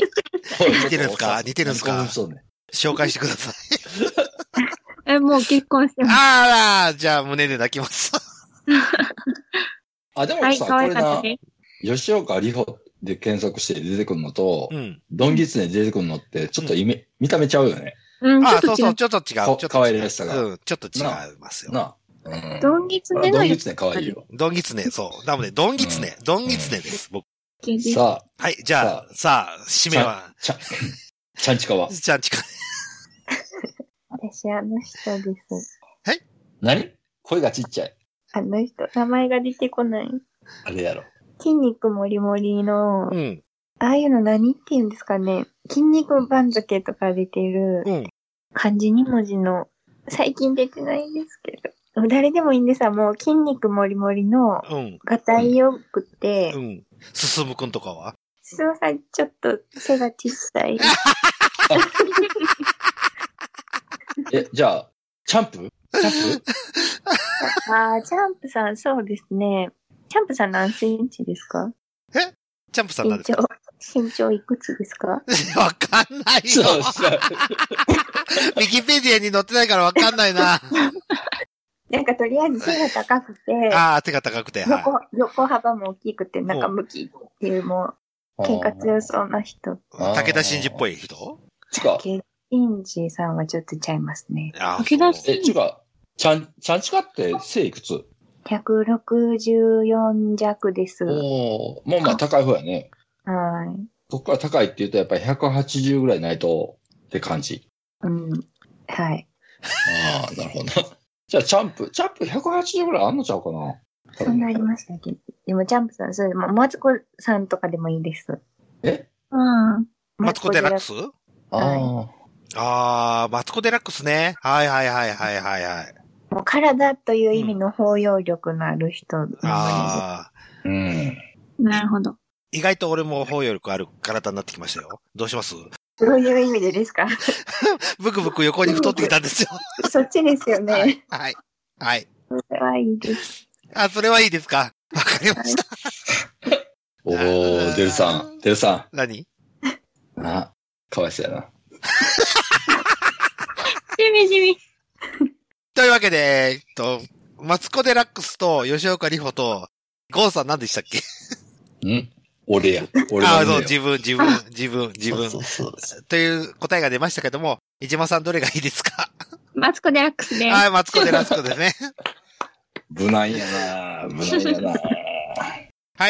[SPEAKER 1] 似てるん すか似てるんすか
[SPEAKER 2] 興奮しとんねん
[SPEAKER 1] 紹介してください。
[SPEAKER 7] えもう結婚してます。
[SPEAKER 1] あら、じゃあ胸で泣きます。
[SPEAKER 2] あ、でも
[SPEAKER 7] はい、
[SPEAKER 2] さ、
[SPEAKER 7] かわい
[SPEAKER 2] こ
[SPEAKER 7] かった
[SPEAKER 2] れ
[SPEAKER 7] で
[SPEAKER 2] な、吉岡里帆で検索して出てくるのと
[SPEAKER 1] う、ん。
[SPEAKER 2] ドンギツネで出てくるのって、ちょっとイメ、見た目ちゃうよね。
[SPEAKER 7] す。うん、ちょ
[SPEAKER 1] あ
[SPEAKER 7] っ
[SPEAKER 1] あ、そう
[SPEAKER 7] と
[SPEAKER 1] そ
[SPEAKER 7] 違
[SPEAKER 1] う、
[SPEAKER 7] う。
[SPEAKER 1] ちょっと違う。ちょっと違う
[SPEAKER 2] かわいらしさが
[SPEAKER 1] うん、ちょっと違いますよ。
[SPEAKER 2] なあ。うん。
[SPEAKER 7] どんぎつね
[SPEAKER 2] ド
[SPEAKER 7] の
[SPEAKER 2] ン
[SPEAKER 7] や
[SPEAKER 2] ギ
[SPEAKER 7] つ
[SPEAKER 2] ツネ可愛いよ。
[SPEAKER 1] ドンギツネ、そう。だもんね、ドンギツネ、ドンギツネです、僕。
[SPEAKER 7] 系です。
[SPEAKER 2] さあ、
[SPEAKER 1] はい、じゃあ、さあ、締めは、
[SPEAKER 2] ちゃん、 ちゃんちかは。
[SPEAKER 1] ちゃんちか。
[SPEAKER 3] 私、あの人です。
[SPEAKER 2] 何声がちっちゃい。
[SPEAKER 3] あの人、名前が出てこない。
[SPEAKER 2] あれやろ。
[SPEAKER 3] 筋肉もりもりの、
[SPEAKER 1] うん、
[SPEAKER 3] ああいうの何って言うんですかね。筋肉番付とか出てる
[SPEAKER 1] うん。
[SPEAKER 3] 漢字2文字の、最近出てないんですけど。誰でもいいんですわ。もう筋肉もりもりの、
[SPEAKER 1] うん、
[SPEAKER 3] がたいよくて、
[SPEAKER 1] うん。進むくんとかは
[SPEAKER 3] すみません、ちょっと背が小さ い。
[SPEAKER 2] え、じゃあ、チャンプチャンプ
[SPEAKER 3] ああ、チャンプさん、そうですね。チャンプさん何センチですか
[SPEAKER 1] チャンプさんなん
[SPEAKER 3] 身
[SPEAKER 1] ですか
[SPEAKER 3] 長、身長いくつですか
[SPEAKER 1] わかんない
[SPEAKER 2] そ
[SPEAKER 1] よ。
[SPEAKER 2] うそう。
[SPEAKER 1] ウィキペディアに載ってないからわかんないな。
[SPEAKER 3] なんかとりあえず背が高くて、
[SPEAKER 1] ああ、手が高くて、
[SPEAKER 3] 横
[SPEAKER 1] は
[SPEAKER 3] 横幅も大きくて中向きっていうもう喧嘩強そうな人。
[SPEAKER 1] い。武田真治っぽい人
[SPEAKER 2] ちか、
[SPEAKER 3] ケンジさんはちょっとちゃいますね。
[SPEAKER 1] あ
[SPEAKER 7] 武田
[SPEAKER 1] そう
[SPEAKER 2] え、ちか、ちゃん、ちゃんちかって背いくつ
[SPEAKER 3] 164弱です。は
[SPEAKER 2] おおもうまあ高い方やね。
[SPEAKER 3] い。
[SPEAKER 2] そこから高いって言うとやっぱり180ぐらいないとって感じ。
[SPEAKER 3] うん。はい。
[SPEAKER 2] ああ、なるほどな。じゃあ、チャンプ、チャンプ180ぐらいあんのちゃうかな多
[SPEAKER 3] そんなあり
[SPEAKER 2] 分
[SPEAKER 3] ましたっけでも、ジャンプさん、そう、まマツコさんとかでもいいです。
[SPEAKER 2] え
[SPEAKER 7] うん。
[SPEAKER 1] マツコデラックス
[SPEAKER 2] ああ、
[SPEAKER 1] ああ、マツコデラックスね。はいはいはいはいはいはい。
[SPEAKER 3] もう体という意味の包容力のある人の、
[SPEAKER 1] ああ、
[SPEAKER 2] うん。
[SPEAKER 7] なるほど。
[SPEAKER 1] 意外と俺も包容力ある体になってきましたよ。どうします
[SPEAKER 3] どういう意味でですか
[SPEAKER 1] ブクブク横に太っていたんですよ。
[SPEAKER 3] そっちですよ
[SPEAKER 1] は
[SPEAKER 3] ね。
[SPEAKER 1] い。はい。はい。
[SPEAKER 3] それはいいです。
[SPEAKER 1] あ、それはいいですかわかりました。
[SPEAKER 2] おー、デルさん、デルさ
[SPEAKER 1] 何
[SPEAKER 2] ん。な、かわいそうやな。
[SPEAKER 7] しみじみ。
[SPEAKER 1] というわけで、えっと、マツコデラックスと吉岡里帆と、ゴーさん何でしたっけ
[SPEAKER 2] ん俺や。俺
[SPEAKER 1] あ
[SPEAKER 2] の
[SPEAKER 1] あ、そう、
[SPEAKER 2] 胸よ
[SPEAKER 1] 自分、自分、自分、自分。
[SPEAKER 2] そうそうそう
[SPEAKER 1] という答えが出ましたけども、江島さんどれがいいですか
[SPEAKER 7] マツコデラックスで
[SPEAKER 1] はい、マツコデラックスですね。
[SPEAKER 2] 無難やな無難 やな
[SPEAKER 1] は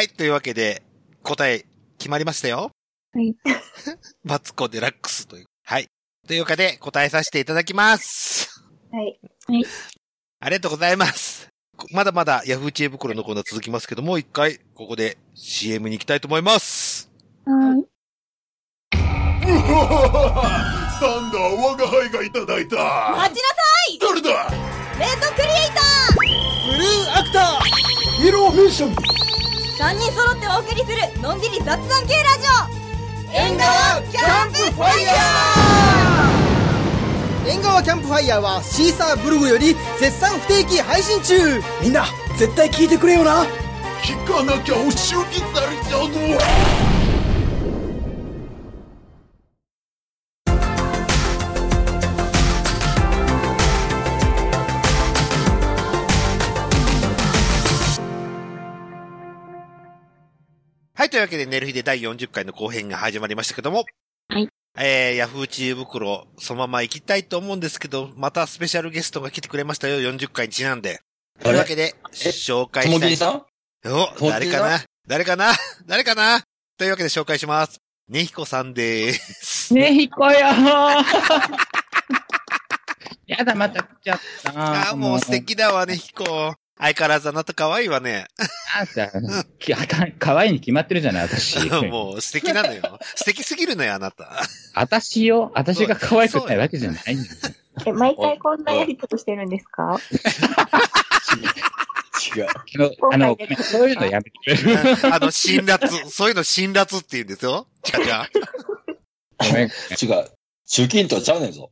[SPEAKER 1] い、というわけで、答え、決まりましたよ。
[SPEAKER 7] はい。
[SPEAKER 1] マツコデラックスという。はい。というわけで、答えさせていただきます。
[SPEAKER 3] はい。
[SPEAKER 1] ありがとうございます。まだまだ Yahoo 知恵袋のコーナー続きますけども、一回、ここで CM に行きたいと思います。
[SPEAKER 7] はい。
[SPEAKER 8] サンダー我が輩がいただいた
[SPEAKER 9] 待ちなさ
[SPEAKER 8] 誰だ
[SPEAKER 9] いレッドクリエイ
[SPEAKER 8] ブルー
[SPEAKER 9] タ
[SPEAKER 8] アクターイエローフィッション
[SPEAKER 9] ー3人揃ってお送りするのんびり雑談系ラジオ縁側キャンプファイヤ
[SPEAKER 10] 縁側キャンプファイヤーはシーサーブログより絶賛不定期配信中みんな絶対聞いてくれよな
[SPEAKER 8] 聞かなきゃお仕置きされちゃうぞ
[SPEAKER 1] はい、というわけで、寝る日で第40回の後編が始まりましたけども、
[SPEAKER 7] はい。
[SPEAKER 1] えー、Yahoo 知恵袋、そのまま行きたいと思うんですけど、またスペシャルゲストが来てくれましたよ、40回にちなんで。と
[SPEAKER 2] あ
[SPEAKER 1] いうわ
[SPEAKER 2] れ
[SPEAKER 1] けで、
[SPEAKER 2] え
[SPEAKER 1] 紹介
[SPEAKER 2] とも
[SPEAKER 1] した
[SPEAKER 2] ぎり
[SPEAKER 1] い。
[SPEAKER 2] さん
[SPEAKER 1] お、
[SPEAKER 2] 友
[SPEAKER 1] 誰
[SPEAKER 2] 切
[SPEAKER 1] かな
[SPEAKER 2] だ
[SPEAKER 1] 誰かな 誰かなというわけで紹介します。ねひこさんでーす。
[SPEAKER 11] ねひこよー やだ、また来ちゃった。
[SPEAKER 1] あー、もう素。敵だわ、ねひこ。相変わらずあなた可愛いわね。
[SPEAKER 11] あじゃあきあかん、可愛いに決まってるじゃない、私。
[SPEAKER 1] もう素敵なのよ。素敵すぎるのよ、あなた。
[SPEAKER 11] 私よ、私が可愛くないわけじゃないんだよ
[SPEAKER 3] え、毎回こんなやりとりしてるんですか
[SPEAKER 2] 違う。
[SPEAKER 11] 昨日あの、ごめんそういうのやめてくれる。
[SPEAKER 1] あの、辛辣。そういうの辛辣って言うんですよ。ちかちゃん。
[SPEAKER 11] ごめ
[SPEAKER 2] 違
[SPEAKER 11] ん。
[SPEAKER 2] う。中近東ちゃうねんぞ。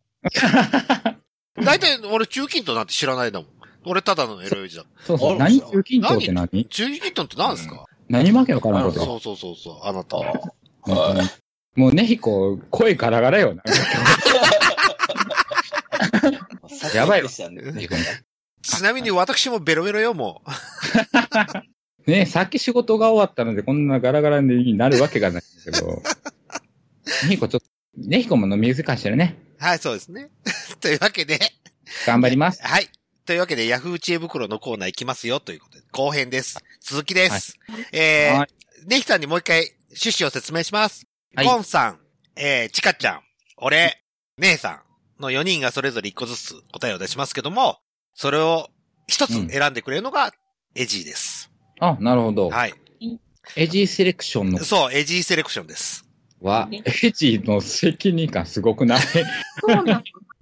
[SPEAKER 1] 大体俺中近東なんて知らないだもん。俺ただのエロいじゃん。
[SPEAKER 11] そうそう、何中近東って何
[SPEAKER 1] 中近東って何ですか、
[SPEAKER 11] 何負けわからんこと。
[SPEAKER 1] そうそうそうそう、あなた。
[SPEAKER 11] 本当にもうねひこ、声ガラガラよ。やばいわ
[SPEAKER 2] でしたね。
[SPEAKER 11] ねひこ
[SPEAKER 1] ちなみに私もベロベロよ、もう。
[SPEAKER 11] ねさっき仕事が終わったので、こんなガラガラになるわけがないん だけど。ねひこちょっと、ねひこも飲み難してるね。
[SPEAKER 1] はい、そうですね。 というわけで、
[SPEAKER 11] 頑張ります。
[SPEAKER 1] はい。というわけで、ヤフー知恵袋のコーナー行きますよ、ということで、後編です。続きです。えー
[SPEAKER 11] は、
[SPEAKER 1] ネヒさんにもう一回趣旨を説明します。
[SPEAKER 11] はい
[SPEAKER 1] コンさん、えー、チカちゃん、俺、姉さんの4人がそれぞれ1個ずつ答えを出しますけども、それを一つ選んでくれるのが、エジーです。
[SPEAKER 11] あ、なるほど。
[SPEAKER 1] はい。
[SPEAKER 11] エジーセレクションの
[SPEAKER 1] そう、エジーセレクションです。
[SPEAKER 11] は、エジーの責任感すごくない
[SPEAKER 7] そうなの。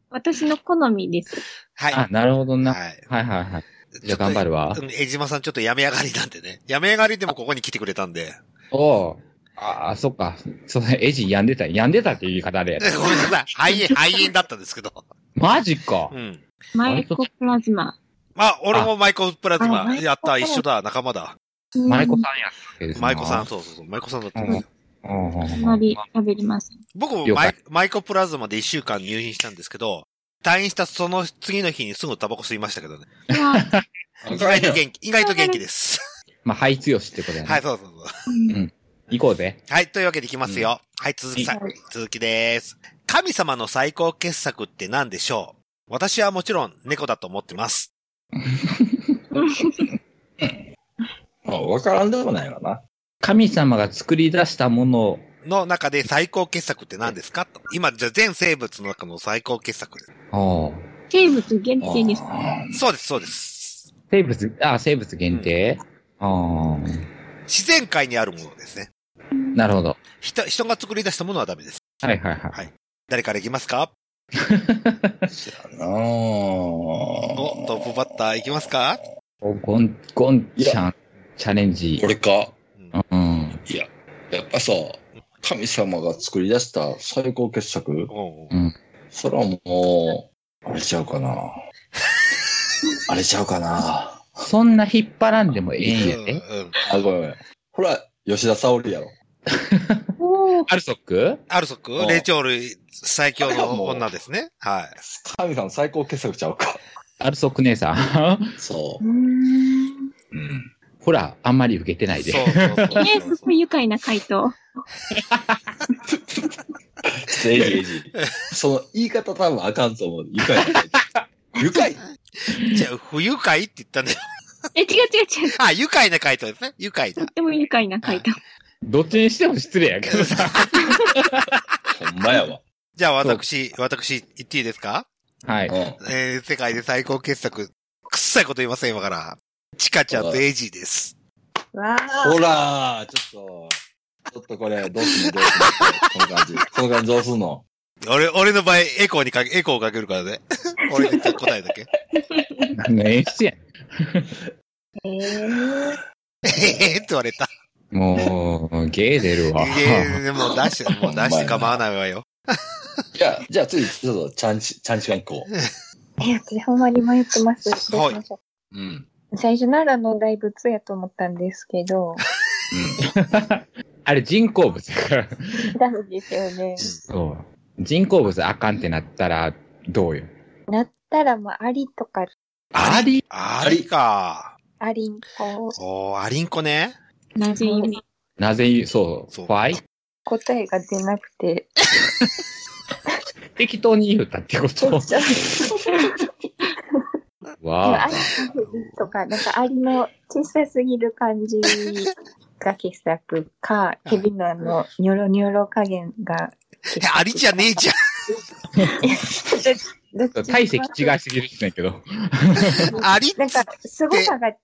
[SPEAKER 7] 私の好みです。
[SPEAKER 1] はい。
[SPEAKER 11] あ、なるほどな。はい
[SPEAKER 1] はい。
[SPEAKER 11] はいはい。じゃあ頑張るわ
[SPEAKER 1] うん。江島さんちょっとやめ上がりなんでね。やめ上がりでもここに来てくれたんで。
[SPEAKER 11] おうああ、そっか。そうね、エジー病んでた。病んでたっていう言い方で
[SPEAKER 1] ご。めんなさい。肺 炎、肺炎だったんですけど。
[SPEAKER 11] マジか
[SPEAKER 1] う。ん。
[SPEAKER 7] マイコプラズマ。
[SPEAKER 1] まあ、俺もマイコプラズ
[SPEAKER 3] あ
[SPEAKER 1] マ。
[SPEAKER 3] マイコ
[SPEAKER 1] やった、一緒だ、仲間だ。
[SPEAKER 11] マイコさんやったわけですな
[SPEAKER 1] マイコさん、。そうそうそう、マイコさんだったんですよ。
[SPEAKER 11] うんうん
[SPEAKER 7] あ
[SPEAKER 11] うんん
[SPEAKER 7] まり喋りません。
[SPEAKER 1] 僕も
[SPEAKER 11] 了
[SPEAKER 1] マイ
[SPEAKER 11] 解
[SPEAKER 1] マイコプラズマで一週間入院したんですけど、退院したその次の日にすぐタバコ吸いましたけどね。
[SPEAKER 7] いや、
[SPEAKER 1] 意外と元気、意外と元気です。
[SPEAKER 11] まあ、肺強しってことやね。
[SPEAKER 1] はい、そうそうそう。
[SPEAKER 11] 行こうぜ。
[SPEAKER 1] はい、というわけでいきますよ。はい、続きさ
[SPEAKER 3] はい、
[SPEAKER 1] 続きです。神様の最高傑作って何でしょう私はもちろん猫だと思ってます。
[SPEAKER 2] まあわからんでもないわな。
[SPEAKER 11] 神様が作り出したものを、
[SPEAKER 1] の中で最高傑作って何ですかと。今、じゃあ全生物の中の最高傑作です。
[SPEAKER 11] おう
[SPEAKER 7] 生物限定です。
[SPEAKER 2] あ
[SPEAKER 1] そうです、そうです。
[SPEAKER 11] 生物、あ生物限定、あ
[SPEAKER 1] 自然界にあるものですね。
[SPEAKER 11] あ、なるほど。
[SPEAKER 1] 人、人が作り出したものはダメです。
[SPEAKER 11] はいはいはい。
[SPEAKER 1] 誰からいきますか
[SPEAKER 2] ーなー
[SPEAKER 1] お、トップバッターいきますか
[SPEAKER 11] おゴン、ゴンちゃん、チャレンジ。
[SPEAKER 2] 俺か。
[SPEAKER 1] うん
[SPEAKER 11] うん。
[SPEAKER 2] いや、やっぱさ、神様が作り出した最高傑作。
[SPEAKER 11] うん。
[SPEAKER 2] それはもう、あれちゃうかな。 あれちゃうかな。
[SPEAKER 11] そんな引っ張らんでもええんやで。
[SPEAKER 2] あ、ごめんごめん。ほら、吉田沙織やろ。
[SPEAKER 11] アルソック
[SPEAKER 1] アルソック
[SPEAKER 2] うん
[SPEAKER 1] 霊長類最強の女ですね。はい。
[SPEAKER 2] 神様最高傑作ちゃうか。
[SPEAKER 11] アルソック姉さん。
[SPEAKER 2] そう。うん。
[SPEAKER 11] ほら、あんまり受けてないで。
[SPEAKER 1] そうそうそう
[SPEAKER 7] えー、すごい愉快な回答。
[SPEAKER 2] ちょっとエイジエイジ。 その言い方多分あかんと思う。愉快。愉快
[SPEAKER 1] じゃあ、不愉快って言ったんだよ。
[SPEAKER 7] え、違う違う違う。
[SPEAKER 1] あ、愉快な回答ですね。愉快
[SPEAKER 7] と
[SPEAKER 1] だ
[SPEAKER 7] っ。ても愉快な回答。
[SPEAKER 11] どっちにしても失礼やけどさ。
[SPEAKER 2] ほんまやわ。
[SPEAKER 1] じゃあ、私、私、言っていいですか
[SPEAKER 11] は
[SPEAKER 2] う
[SPEAKER 11] い。
[SPEAKER 2] ん。
[SPEAKER 1] えー世界で最高傑作。くっさいこと言いません、今から。チカちゃんとエイジーです。
[SPEAKER 3] わ
[SPEAKER 2] ほら、ちょっと、ちょっとこれ、どうすんのどうすんのこの感じ。この感じどうすんの
[SPEAKER 1] 俺、俺の場合、エコーにかけ、エコーをかけるから ね。俺の答えだけ。
[SPEAKER 11] 何の演出や
[SPEAKER 3] ー。えー、
[SPEAKER 1] えへへって言われた。
[SPEAKER 11] ん。もう、ゲー出るわ。
[SPEAKER 1] えー、もう出して、もう出して構わないわよ。
[SPEAKER 2] じゃあ、じゃあ次、ちょっと、ちゃんち、ちゃんちが行こ
[SPEAKER 3] え、私ほんまに迷ってます。どうしましょ
[SPEAKER 2] う。うん。
[SPEAKER 3] う最初奈良の大仏やと思ったんですけ ど、
[SPEAKER 11] あれ人工物やから。
[SPEAKER 3] ダメですよね。
[SPEAKER 11] そう。人工物あかんってなったら、どうよ。
[SPEAKER 3] なったらまあ、アリとか、
[SPEAKER 11] あり
[SPEAKER 1] ありか。
[SPEAKER 3] アリンコ、
[SPEAKER 1] おー、アリンコね。
[SPEAKER 7] なぜ言うね。
[SPEAKER 11] なぜ言う、そう、
[SPEAKER 1] そう
[SPEAKER 11] ファイ
[SPEAKER 3] 答えが出なくて、
[SPEAKER 11] 適当に言うたって こと
[SPEAKER 3] ちょっと、ア
[SPEAKER 11] わあ
[SPEAKER 3] リ。とか、なんかアリの小さすぎる感じが傑作か、ヘビのあの、ニョロニョロ加減が傑作か。
[SPEAKER 1] アリじゃねえじゃん。
[SPEAKER 3] どっちも
[SPEAKER 11] 体積違いすぎるんだけど。
[SPEAKER 1] アリ
[SPEAKER 3] なんか、凄さが違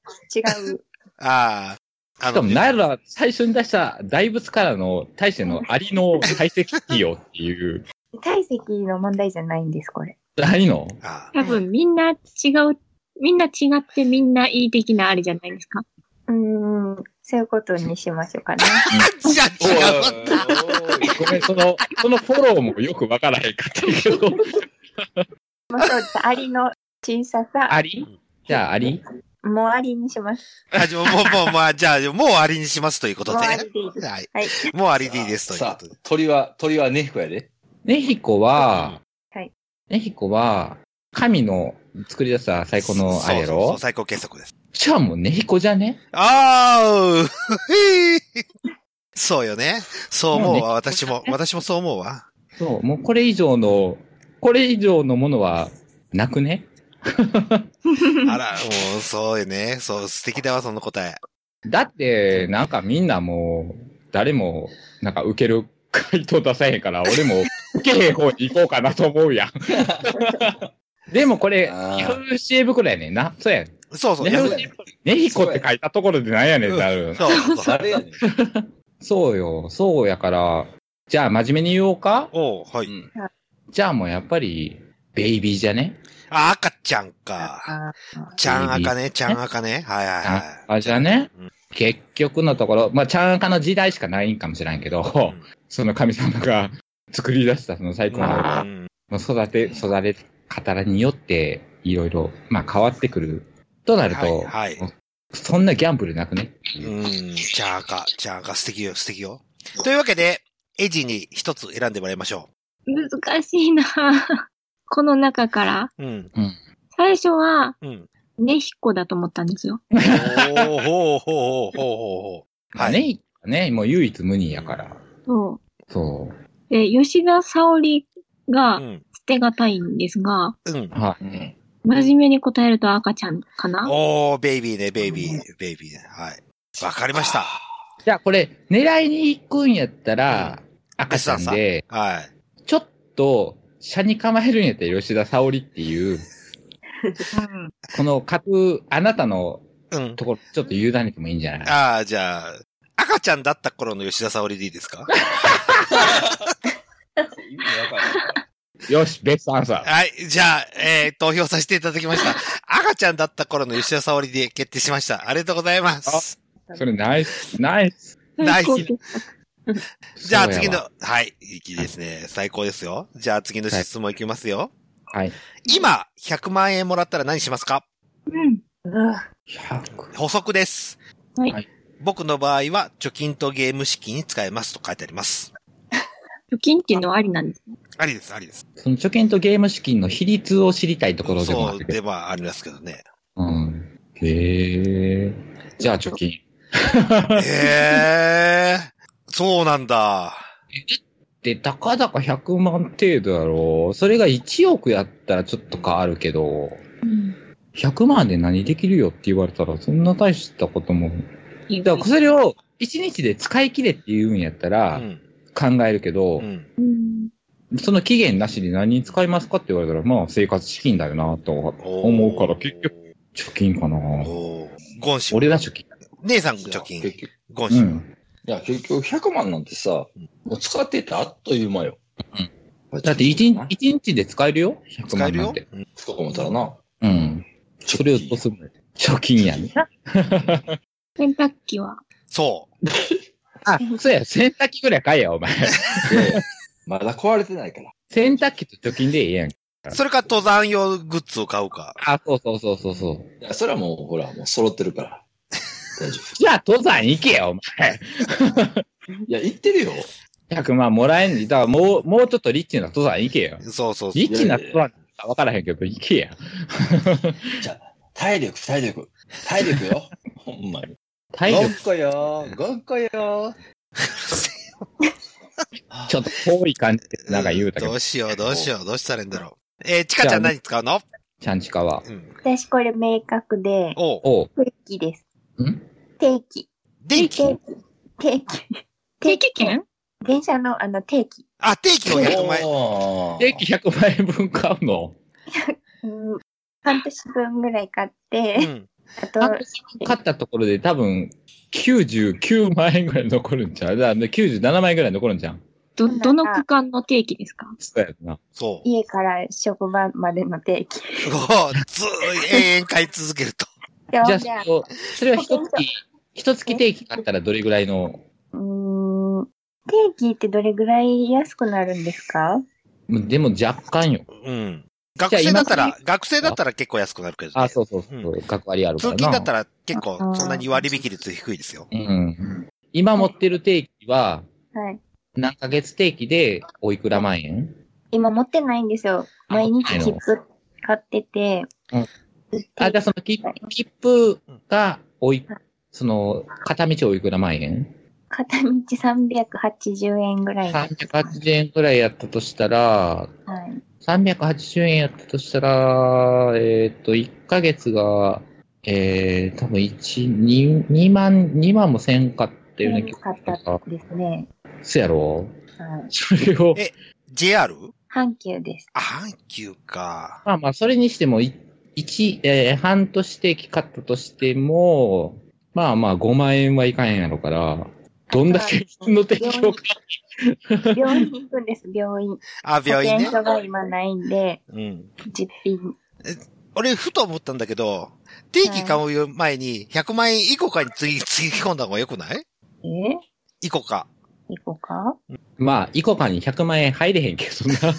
[SPEAKER 3] う。
[SPEAKER 1] ああ。あ
[SPEAKER 11] しかも、な
[SPEAKER 1] ね
[SPEAKER 11] ら最初に出した大仏からの、大してのアリの体積費用っていう、
[SPEAKER 3] 体積の問題じゃないんです、これ。
[SPEAKER 11] 何の
[SPEAKER 1] あ
[SPEAKER 7] 多分みんな違う、みんな違ってみんないい的なあれじゃないですか。
[SPEAKER 3] うーん、そういうことにしましょうかね。
[SPEAKER 1] ーじゃ
[SPEAKER 2] おい
[SPEAKER 1] あ違う。
[SPEAKER 11] ごめん、その、そのフォローもよくわからへんかったけ ど。
[SPEAKER 3] まあそうです。アリの小ささ、
[SPEAKER 11] アリじゃあ、アリ
[SPEAKER 3] もうアリにします。
[SPEAKER 1] あ、じゃあもう、もう、まあ、じゃあ、もうアリにしますということ
[SPEAKER 3] も
[SPEAKER 1] で。
[SPEAKER 3] う
[SPEAKER 1] はい
[SPEAKER 3] アリ。でいいです。はい。
[SPEAKER 1] もうアリでいいですという
[SPEAKER 2] さ
[SPEAKER 1] ことで
[SPEAKER 2] あ。、鳥は、鳥はネヒコやで。
[SPEAKER 11] ネヒコは、
[SPEAKER 3] はい
[SPEAKER 11] ネヒコは、神の作り出した最高のあれや
[SPEAKER 1] そうそうそ
[SPEAKER 11] ろ
[SPEAKER 1] う最高傑作です。
[SPEAKER 11] じゃあもうネヒコじゃね
[SPEAKER 1] あーうへーそうよね。そう思うわ。
[SPEAKER 11] もうね
[SPEAKER 1] 私も、私もそう思うわ。
[SPEAKER 11] そう、もうこれ以上の、これ以上のものは、なくね
[SPEAKER 1] あら、もう、そうよね。そう、素敵だわ、その答え。
[SPEAKER 11] だって、なんかみんなもう、誰も、なんか受ける回答出さへんから、俺も受けへん方に行こうかなと思う やん。でもこれ、
[SPEAKER 2] あー
[SPEAKER 11] ヤフー知恵袋やねんな。そうやねん。
[SPEAKER 1] そうそう。
[SPEAKER 11] ね
[SPEAKER 1] ヤフー
[SPEAKER 11] ねネヒコって書いたところでなんやねんってなる。
[SPEAKER 1] そうそう。
[SPEAKER 2] 誰やねん。
[SPEAKER 11] そうよ、そうやから、じゃあ真面目に言おうか
[SPEAKER 1] おうは
[SPEAKER 2] う
[SPEAKER 1] い。
[SPEAKER 2] ん
[SPEAKER 11] じゃあもうやっぱり、ベイビーじゃね
[SPEAKER 1] あ、赤ちゃんか。
[SPEAKER 3] あ
[SPEAKER 1] ちゃん赤ね、ちゃん赤ね。はいはい
[SPEAKER 11] あ
[SPEAKER 1] は
[SPEAKER 11] あ、じゃあね
[SPEAKER 1] うん。
[SPEAKER 11] 結局のところ、まあ、ちゃんかの時代しかないんかもしれんけど、
[SPEAKER 1] い。
[SPEAKER 11] その神様が 作り出したその最高の
[SPEAKER 1] うん
[SPEAKER 11] まあ育て、育て方によって、いろいろ、まあ変わってくる。となると、
[SPEAKER 1] はいはい
[SPEAKER 11] そんなギャンブルなくね。
[SPEAKER 1] うん、ちゃん赤、ちゃん赤、素敵よ、素敵よ。というわけで、エジに一つ選んでもらいましょ
[SPEAKER 7] 難しいなこの中から。
[SPEAKER 1] う。 うん、
[SPEAKER 7] 最初は、
[SPEAKER 1] うん。
[SPEAKER 7] ネヒコだと思ったんですよ。
[SPEAKER 1] おーほうほうほうほうほうほう。
[SPEAKER 11] まあ。ね、ね、もう唯一無二やから。
[SPEAKER 7] そ。
[SPEAKER 11] そう
[SPEAKER 7] で、吉田沙織
[SPEAKER 1] う
[SPEAKER 7] が
[SPEAKER 1] ん。
[SPEAKER 7] 捨てがたいんですが、
[SPEAKER 1] うん
[SPEAKER 11] う。。は
[SPEAKER 2] うん。
[SPEAKER 7] 真面目に答えると赤ちゃんかな
[SPEAKER 1] おー、ベイビーね、ベイビー、ベイビーね。はい。わかりました。
[SPEAKER 11] い。じゃあこれ、狙いに行くんやったら、赤ちゃんで、
[SPEAKER 1] はい。
[SPEAKER 11] ちょっと、車に構えるんやったら吉田沙織っていう、この格、あなたの
[SPEAKER 1] うん。
[SPEAKER 11] ところ、ちょっと委ねてもいいんじゃない
[SPEAKER 1] ああ、じゃあ、赤ちゃんだった頃の吉田沙織でいいですか
[SPEAKER 2] 意味わかんない
[SPEAKER 11] よし、ベストアンサー。
[SPEAKER 1] はい。じゃあ、えー、投票させていただきました。 赤ちゃんだった頃の吉田沙織で決定しました。ありがとうございます。
[SPEAKER 11] それナイス、ナイス。
[SPEAKER 1] ナイス
[SPEAKER 7] 最高傑作
[SPEAKER 1] じゃあ
[SPEAKER 11] そうやわ
[SPEAKER 1] 次の、はい、いきですね。最高ですよ。じゃあ次の質問いきますよ。
[SPEAKER 11] はい。。
[SPEAKER 1] 今、100万円もらったら何しますか
[SPEAKER 7] うん。
[SPEAKER 1] 補足です。
[SPEAKER 7] はい
[SPEAKER 1] 僕の場合は、貯金とゲーム資金に使えますと書いてあります。
[SPEAKER 7] 貯金っていうのはありなんですね。
[SPEAKER 1] ありです、ありです。
[SPEAKER 11] その貯金とゲーム資金の比率を知りたいところでもあ
[SPEAKER 1] そう
[SPEAKER 11] るけ
[SPEAKER 1] で
[SPEAKER 11] ど。
[SPEAKER 1] はありますけどね。
[SPEAKER 11] うん。へえ。じゃあ貯金。
[SPEAKER 1] へえー、そうなんだ。
[SPEAKER 11] で、たかだか100万程度だろう。それが1億やったらちょっと変わるけど、100万で何できるよって言われたら、そんな大したことも。だからそれを1日で使い切れって言うんやった
[SPEAKER 1] う
[SPEAKER 11] ら
[SPEAKER 1] ん。
[SPEAKER 11] 考えるけど、
[SPEAKER 1] うん。
[SPEAKER 7] うん。
[SPEAKER 11] その期限なしで何に使いますかって言われたら、まあ生活資金だよなと思うから、結局
[SPEAKER 1] 局。
[SPEAKER 11] 貯金かな。
[SPEAKER 1] おーゴンシ
[SPEAKER 11] 俺が貯金。
[SPEAKER 1] 姉さん貯金。
[SPEAKER 2] 結局
[SPEAKER 1] ゴン
[SPEAKER 11] う
[SPEAKER 1] シ
[SPEAKER 11] ん。
[SPEAKER 2] いや、結局100万なんてさ、もう使ってたあっという間よ。うん
[SPEAKER 11] だって1日一日で使えるよ ?100
[SPEAKER 1] 使え
[SPEAKER 11] 万
[SPEAKER 1] る
[SPEAKER 11] なん
[SPEAKER 1] よ
[SPEAKER 11] て。。
[SPEAKER 1] うん
[SPEAKER 2] 使おう思ったらな。
[SPEAKER 11] うん。それをどうするの貯金 やね。
[SPEAKER 7] 洗濯機は。
[SPEAKER 1] そう。
[SPEAKER 11] あ、 そうや、洗濯機ぐらい買えや、お前。
[SPEAKER 2] で、まだ壊れてないから。
[SPEAKER 11] 洗濯機と貯金でええやん。
[SPEAKER 1] それか登山用グッズを買うか。
[SPEAKER 11] あ、そうそうそうそうそう。
[SPEAKER 2] いや、それはもう、ほら、もう揃ってるから。大丈
[SPEAKER 11] じゃあ、登山行けよ、お前。
[SPEAKER 2] 夫。いや、言ってるよ。
[SPEAKER 11] 100万もらえんに、だからもう、もうちょっとリッチな登山行けよ。
[SPEAKER 1] そうそうそう。
[SPEAKER 11] リッチな登山か分からへんけど、行けや。
[SPEAKER 2] じゃあ、体力、体力。体力よ。ほんまに。
[SPEAKER 11] 体
[SPEAKER 2] ごん
[SPEAKER 11] 力、
[SPEAKER 2] こよー、ごんこよー。
[SPEAKER 11] ちょっと遠い感じで、なんか言うたけ
[SPEAKER 1] ど
[SPEAKER 11] ど
[SPEAKER 1] う、しよう、どうしよう、どうしたらいいんだろう。えー、ちかちゃん何使うの
[SPEAKER 11] ちゃんちかは。
[SPEAKER 1] うん。
[SPEAKER 3] 私これ明確で、
[SPEAKER 1] おう
[SPEAKER 11] おう。
[SPEAKER 3] 定期です。
[SPEAKER 11] ん
[SPEAKER 3] 定期。
[SPEAKER 1] 電気
[SPEAKER 3] 定期。定期。
[SPEAKER 7] 定期券
[SPEAKER 3] 電車のあの定期。
[SPEAKER 1] あ、定期を100万円。
[SPEAKER 2] 万
[SPEAKER 11] 定期100万円分買うの
[SPEAKER 3] うん半年分ぐらい買っ
[SPEAKER 1] う
[SPEAKER 3] て、
[SPEAKER 1] ん。
[SPEAKER 3] あと、
[SPEAKER 11] 半買ったところで多分、99万円ぐらい残るんちゃうだから97万円ぐらい残るんちゃう
[SPEAKER 7] ど、どの区間の定期ですか
[SPEAKER 11] そうやろな。
[SPEAKER 1] そう。
[SPEAKER 3] 家から職場までの定期。
[SPEAKER 1] おうずー永遠買い続けると。
[SPEAKER 3] でほ
[SPEAKER 11] じゃ
[SPEAKER 3] んで
[SPEAKER 11] あ、そこそれは一月、一月定期買ったらどれぐらいの、
[SPEAKER 3] うーん定期ってどれぐらい安くなるんですか
[SPEAKER 11] でも若干よ。
[SPEAKER 1] うん。学生だった
[SPEAKER 11] じゃあ今
[SPEAKER 1] ら
[SPEAKER 11] か、
[SPEAKER 1] 学生だったら結構安くなるけど、ね。
[SPEAKER 11] あ、そうそうそう、
[SPEAKER 1] う
[SPEAKER 11] 学割あるか
[SPEAKER 1] 通
[SPEAKER 11] らな。
[SPEAKER 1] 勤だったら結構そんなに割引率低いですよ。
[SPEAKER 11] うん。今持ってる定期は、
[SPEAKER 3] はい。
[SPEAKER 11] 何ヶ月定期でおいくら万円
[SPEAKER 3] 今持ってないんですよ。
[SPEAKER 11] あ
[SPEAKER 3] 毎
[SPEAKER 11] 持って
[SPEAKER 3] 日
[SPEAKER 11] ないの
[SPEAKER 3] 切符買ってて。
[SPEAKER 11] うんあ、じゃあその切切符がおい、その、片道おいくら万円
[SPEAKER 3] 片道380円ぐらい。はい。
[SPEAKER 11] ?380 円くらいやったとしたら、380円やったとしたら、えっ、と、1ヶ月が、えー、多分1、2、2万、2万もせんかっていうね、
[SPEAKER 3] 安かったですね。
[SPEAKER 11] そやろ
[SPEAKER 3] はい。
[SPEAKER 11] それを
[SPEAKER 1] え、JR?
[SPEAKER 3] 阪急です。
[SPEAKER 1] あ、阪急か。
[SPEAKER 11] まあまあ、それにしても、い一、えー半年定期買ったとしても、まあまあ、5万円はいかへんやろから、どんだけの定期を買
[SPEAKER 3] 病院行くんです、病院。
[SPEAKER 1] あ、病院ね
[SPEAKER 3] 保険。証が今ないんで、
[SPEAKER 1] うん。
[SPEAKER 3] 実費。
[SPEAKER 1] 俺、ふと思ったんだけど、定期買う前に100万円以降かにつぎ、 つぎ込んだ方が良くない
[SPEAKER 3] え
[SPEAKER 1] 以降か。
[SPEAKER 3] 行こうか
[SPEAKER 11] うまあ、イコカに100万円入れへんけ どな。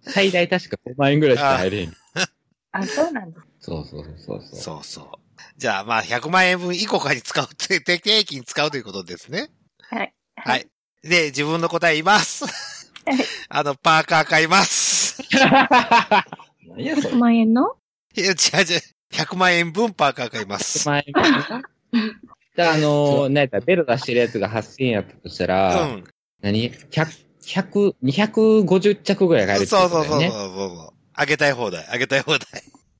[SPEAKER 11] 最大確か5万円ぐらいしか入れへん。
[SPEAKER 3] あ、そうなんです。
[SPEAKER 11] そうそうそうそう。
[SPEAKER 1] そうそう。じゃあ、まあ、100万円分以降かに使うって、 定定期に使うということですね。
[SPEAKER 3] はい。
[SPEAKER 1] はい。で、自分の答え言います。 あの、パーカー買います。
[SPEAKER 2] 何やそれ
[SPEAKER 7] 100。万円の
[SPEAKER 1] いや、違う違う。100万円分パーカー買います。
[SPEAKER 11] 前見ただあのー、なんやったらベロ出してるやつが8000円やったとした
[SPEAKER 1] う
[SPEAKER 11] ら、
[SPEAKER 1] ん。
[SPEAKER 11] 何 ?100、100、250着ぐらい買えるってこ
[SPEAKER 1] そうそ
[SPEAKER 11] と
[SPEAKER 1] う
[SPEAKER 11] だ
[SPEAKER 1] そ
[SPEAKER 11] よ
[SPEAKER 1] う
[SPEAKER 11] ね。
[SPEAKER 1] そう。あげたい放題、あげたい 放題。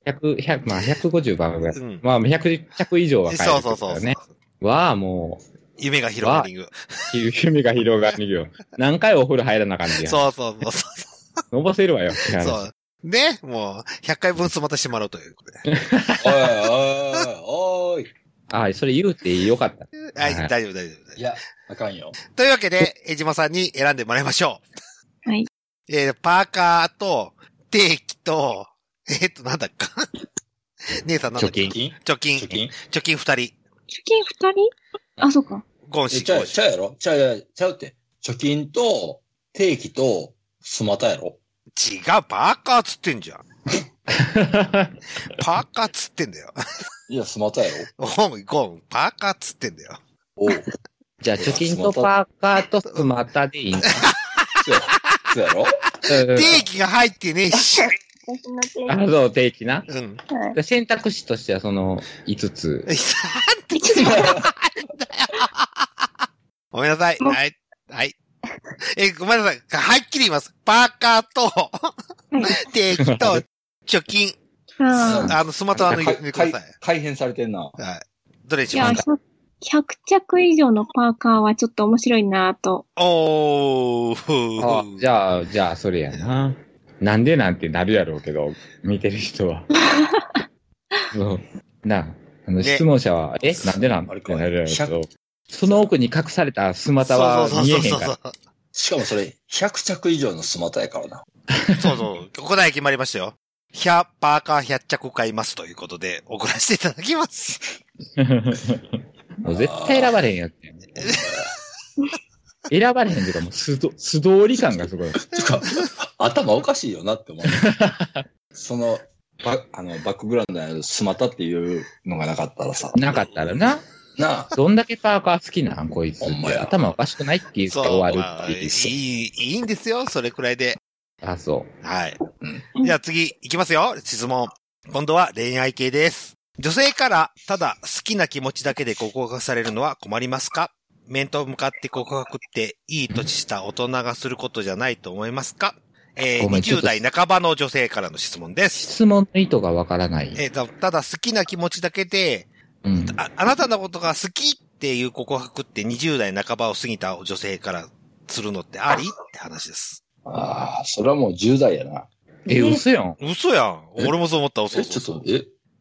[SPEAKER 11] 100、100、まあ150番ぐらい。
[SPEAKER 1] うん
[SPEAKER 11] まあ100着以上は買え
[SPEAKER 1] そう
[SPEAKER 11] るって
[SPEAKER 1] そう
[SPEAKER 11] こ
[SPEAKER 1] そ
[SPEAKER 11] と
[SPEAKER 1] う
[SPEAKER 11] だ
[SPEAKER 1] そう
[SPEAKER 11] ね。。わあ、も
[SPEAKER 1] 夢が広がりング。
[SPEAKER 11] う、夢が広がるよ。何回お風呂入らなあかんねや。
[SPEAKER 1] そうそうそうそ
[SPEAKER 11] のぼせるわよ。って
[SPEAKER 1] う。
[SPEAKER 11] 話
[SPEAKER 1] そう。ね、もう、100回分済またしてもらうということで。
[SPEAKER 2] おい、おい、おい。
[SPEAKER 11] ああ、それ言うてよかった。
[SPEAKER 1] はい、
[SPEAKER 11] はい
[SPEAKER 1] 大丈夫、大丈夫。
[SPEAKER 2] いや、あかんよ。
[SPEAKER 1] というわけで、江島さんに選んでもらいましょう。
[SPEAKER 7] はい。
[SPEAKER 1] えー、パーカーと、定期と、えーっと、なんだっ か。姉さんなんだっけ
[SPEAKER 11] 貯
[SPEAKER 2] 金
[SPEAKER 1] 貯金。
[SPEAKER 2] 貯金
[SPEAKER 1] 貯金二人。
[SPEAKER 7] 貯金2人あ、そうか。
[SPEAKER 1] ゴン
[SPEAKER 2] え
[SPEAKER 1] シ
[SPEAKER 2] ちゃ
[SPEAKER 1] ゴ
[SPEAKER 2] う、
[SPEAKER 1] ンシ
[SPEAKER 2] ちゃうやろちゃうやろ、ちゃうって。貯金と、定期と、スマタやろ
[SPEAKER 1] 違う、パーカーつってんじゃん。パーカーつってんだよ。
[SPEAKER 2] いや、スマタやろ
[SPEAKER 1] おん、ゴン、パーカーつってんだよ。
[SPEAKER 2] おう。
[SPEAKER 11] じゃあ、貯金とパーカーとスマタでい いんか。
[SPEAKER 2] そうやろ
[SPEAKER 11] うん
[SPEAKER 1] 定期が入ってねえし。
[SPEAKER 3] 私の手
[SPEAKER 11] あ、そう、定期な。
[SPEAKER 1] うん。
[SPEAKER 3] はい
[SPEAKER 11] 選択肢としては、その、5つ。
[SPEAKER 1] ごめんなさい。はい。はい。え、ごめんなさい。はっきり言います。パーカーと、定期と、貯金。
[SPEAKER 7] あ
[SPEAKER 1] あの、スマートあの、言ってください。
[SPEAKER 2] 改変されてんな。
[SPEAKER 1] はい。どれに
[SPEAKER 7] い
[SPEAKER 1] し
[SPEAKER 7] や、
[SPEAKER 1] ますか
[SPEAKER 7] 100 100着以上のパーカーはちょっと面白いなと。
[SPEAKER 1] お
[SPEAKER 11] あ
[SPEAKER 1] ー。
[SPEAKER 11] じゃあ、じゃあ、それやな。なんでなんてなるやろうけど、見てる人 は。そう。なあ、あの、
[SPEAKER 1] ね
[SPEAKER 11] 質問者は、え、なんでなん
[SPEAKER 2] あれ
[SPEAKER 11] て
[SPEAKER 2] か
[SPEAKER 11] なるやろうけど、その奥に隠された姿は
[SPEAKER 1] そう
[SPEAKER 11] 見
[SPEAKER 1] そ
[SPEAKER 11] え
[SPEAKER 1] う
[SPEAKER 11] へ
[SPEAKER 1] そう
[SPEAKER 11] んか
[SPEAKER 1] そう
[SPEAKER 11] ら。。
[SPEAKER 2] しかもそれ、100着以上のスマタやからな。
[SPEAKER 1] そうそう。答え決まりましたよ。100パーカー100着買いますということで、送らせていただきます。
[SPEAKER 11] もう絶対選ばれへんやつやん。 選ばれへんけど、もう素ど素通り感がすごい。
[SPEAKER 2] てか、 頭おかしいよなっ て思う。その、ばあの、バックグラウンドにあるスマタっていうのがなかったらさ。
[SPEAKER 11] なかったらな。
[SPEAKER 2] なあ。
[SPEAKER 11] どんだけパーカー好きなんこいつ
[SPEAKER 2] ほんま。や
[SPEAKER 11] 頭おかしくないって言って
[SPEAKER 1] そう
[SPEAKER 11] 終わる
[SPEAKER 1] まあ
[SPEAKER 11] って
[SPEAKER 1] い
[SPEAKER 11] いう。
[SPEAKER 1] い、いいんですよ。それくらいで。
[SPEAKER 11] あ、そ
[SPEAKER 1] はい。じゃあ次、いきますよ。質問。今度は恋愛系です。女性からただ好きな気持ちだけで告白されるのは困りますか面と向かって告白っていい年した大人がすることじゃないと思いますかえー、
[SPEAKER 11] ごめんちょっ
[SPEAKER 1] 20
[SPEAKER 11] と
[SPEAKER 1] 代半ばの女性からの質問で
[SPEAKER 11] う。
[SPEAKER 1] す。
[SPEAKER 11] 質問の意図がわからない。
[SPEAKER 1] えーと、ただ好きな気持ちだけで、
[SPEAKER 11] うん。
[SPEAKER 1] ああなたのことが好きっていう告白って20代半ばを過ぎた女性からするのってありって話です。
[SPEAKER 2] ああ、それはもう10代やな。
[SPEAKER 11] え、嘘やん。
[SPEAKER 1] 嘘やん。
[SPEAKER 2] え
[SPEAKER 1] 俺もそう思った、嘘
[SPEAKER 2] え、ち
[SPEAKER 1] 嘘。
[SPEAKER 2] ょっと、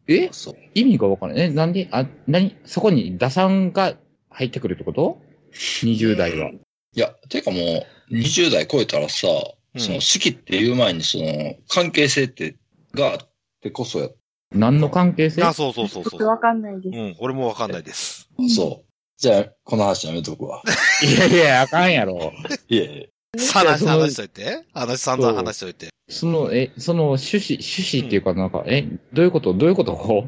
[SPEAKER 2] え
[SPEAKER 11] え
[SPEAKER 2] そう。
[SPEAKER 11] 意味がわからない。え、なんで、あ、なに、そこに打算が入ってくるってこと ?20 代は。
[SPEAKER 2] いや、ていうかもう、20代超えたらさ、
[SPEAKER 1] うん
[SPEAKER 2] その好きっていう前に、その、関係性って、があってこそや、
[SPEAKER 11] 何の関係性
[SPEAKER 1] あ、そうそうそう
[SPEAKER 3] ちょ
[SPEAKER 1] そ
[SPEAKER 3] っとわ
[SPEAKER 1] う。
[SPEAKER 3] かんないで
[SPEAKER 1] う
[SPEAKER 3] す。
[SPEAKER 1] ん、俺もわかんないです。
[SPEAKER 2] そう。じゃあ、この話やめとくわ。
[SPEAKER 11] いやいや、あかんやろ。
[SPEAKER 2] いえいえ。
[SPEAKER 1] 話、
[SPEAKER 11] そう
[SPEAKER 1] 話しといて。話、散々話しといて。
[SPEAKER 11] その、え、その趣旨、趣旨っていうか、なんか、え、どういうことどういうこと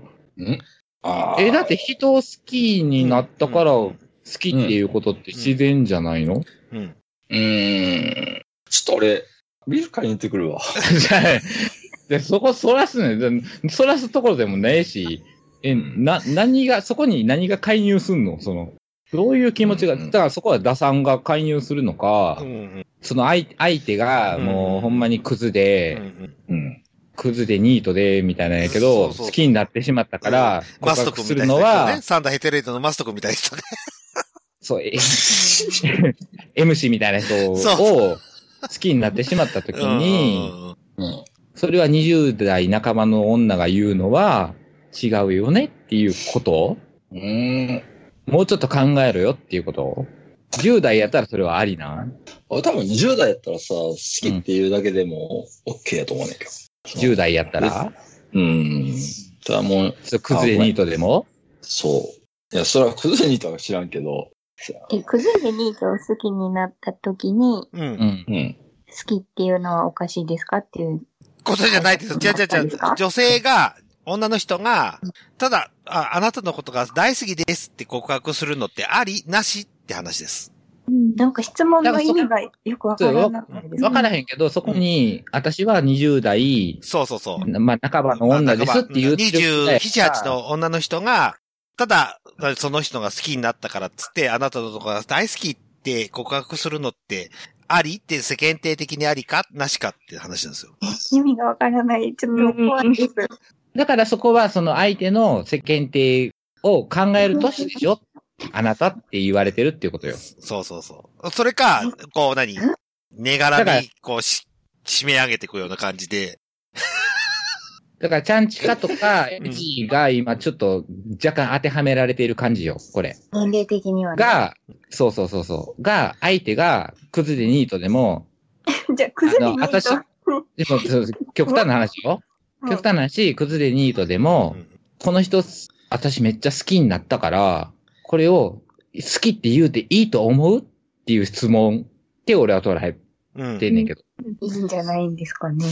[SPEAKER 2] ああ。
[SPEAKER 11] え、だって人を好きになったから、好きっていうことって自然じゃないの、
[SPEAKER 1] うん。
[SPEAKER 2] うーん。ちょっと俺、ビール買いに行ってくるわ。
[SPEAKER 11] じゃあで、そこそらすね。でそらすところでもないし、え、な、何が、そこに何が介入すんのその、どういう気持ちが、
[SPEAKER 2] うんうん
[SPEAKER 11] だからそこは打算が介入するのか、
[SPEAKER 1] うんうん。
[SPEAKER 11] その相相手が
[SPEAKER 1] うんう
[SPEAKER 11] も
[SPEAKER 1] ん
[SPEAKER 11] うほんまにクズ
[SPEAKER 1] うんう
[SPEAKER 11] で、
[SPEAKER 1] ん
[SPEAKER 2] うん。
[SPEAKER 11] クズでニートで、みたいなんやけど、
[SPEAKER 1] そうそうそう
[SPEAKER 11] 好きになってしまったから、
[SPEAKER 1] マ
[SPEAKER 11] 告
[SPEAKER 1] スト
[SPEAKER 11] 白
[SPEAKER 1] 君
[SPEAKER 11] す
[SPEAKER 1] みた
[SPEAKER 11] る
[SPEAKER 1] いな
[SPEAKER 11] の
[SPEAKER 1] 人
[SPEAKER 11] は
[SPEAKER 1] ね。、サンダヘテレイトのマスト君みたいな人ね。
[SPEAKER 11] そう、え MC みたいな人を
[SPEAKER 1] そ
[SPEAKER 11] 好きになってしまった時
[SPEAKER 1] うん
[SPEAKER 11] に、
[SPEAKER 1] うん
[SPEAKER 2] うん。
[SPEAKER 11] それは20代半ばの女が言うのは違うよねっていうこと
[SPEAKER 2] うーん。
[SPEAKER 11] もうちょっと考えろよっていうこと10代やったらそれはありな。
[SPEAKER 2] 俺多分20代やったらさ、好きっていうだけでも、OK やと思うねんけど。
[SPEAKER 11] 10代やったら、
[SPEAKER 2] うーん。ただもう、
[SPEAKER 11] そうクズでニートでも、
[SPEAKER 2] そう。いや、それは崩れにとは知らんけど、
[SPEAKER 3] え、クズでニートを好きになった時に、
[SPEAKER 1] うん。う。
[SPEAKER 11] うんん
[SPEAKER 2] う。ん。
[SPEAKER 3] 好きっていうのはおかしいですかっていう。
[SPEAKER 1] ことじゃないですよ。違う違う違う。女性が、女の人が、ただあ、あなたのことが大好きですって告白するのってありなしって話です。
[SPEAKER 3] なんか質問の意味がよくわからないです。
[SPEAKER 11] わからへんけど、そこに、私は20代、
[SPEAKER 1] そうそうそう。
[SPEAKER 11] まあ、半ばの女ですって言ってるぐらいや
[SPEAKER 1] 27、
[SPEAKER 11] から
[SPEAKER 1] 8の女の人が、ただ、その人が好きになったからっつって、あなたのとこが大好きって告白するのって、ありって世間体的にありかなしかって話なんですよ。
[SPEAKER 3] 意味がわからない。ちょっと怖いです。
[SPEAKER 11] だからそこはその相手の世間体を考える年でしょあなたって言われてるっていうことよ。
[SPEAKER 1] そうそうそう。それか、こう何寝
[SPEAKER 11] だか
[SPEAKER 1] 柄
[SPEAKER 11] ら
[SPEAKER 1] に、こうし、締め上げていくような感じで。
[SPEAKER 11] だから、ちゃんちかと か、
[SPEAKER 1] ん
[SPEAKER 11] MG が今ちょっと若干当てはめられている感じよ、これ。
[SPEAKER 3] 年齢的にはね。
[SPEAKER 11] が、そうそうそうそう。が、相手が、クズでニートでも、
[SPEAKER 3] じゃあ、クズでニ
[SPEAKER 11] あの私
[SPEAKER 3] ー
[SPEAKER 11] でも、そう極端な話よ。
[SPEAKER 3] ト。
[SPEAKER 11] 極端な話、クズでニートでも
[SPEAKER 1] う、ん
[SPEAKER 11] この人、私めっちゃ好きになったから、これを好きって言うていいと思うっていう質問て、俺は捉えてんねんけど。
[SPEAKER 3] いいんじゃないんですかね。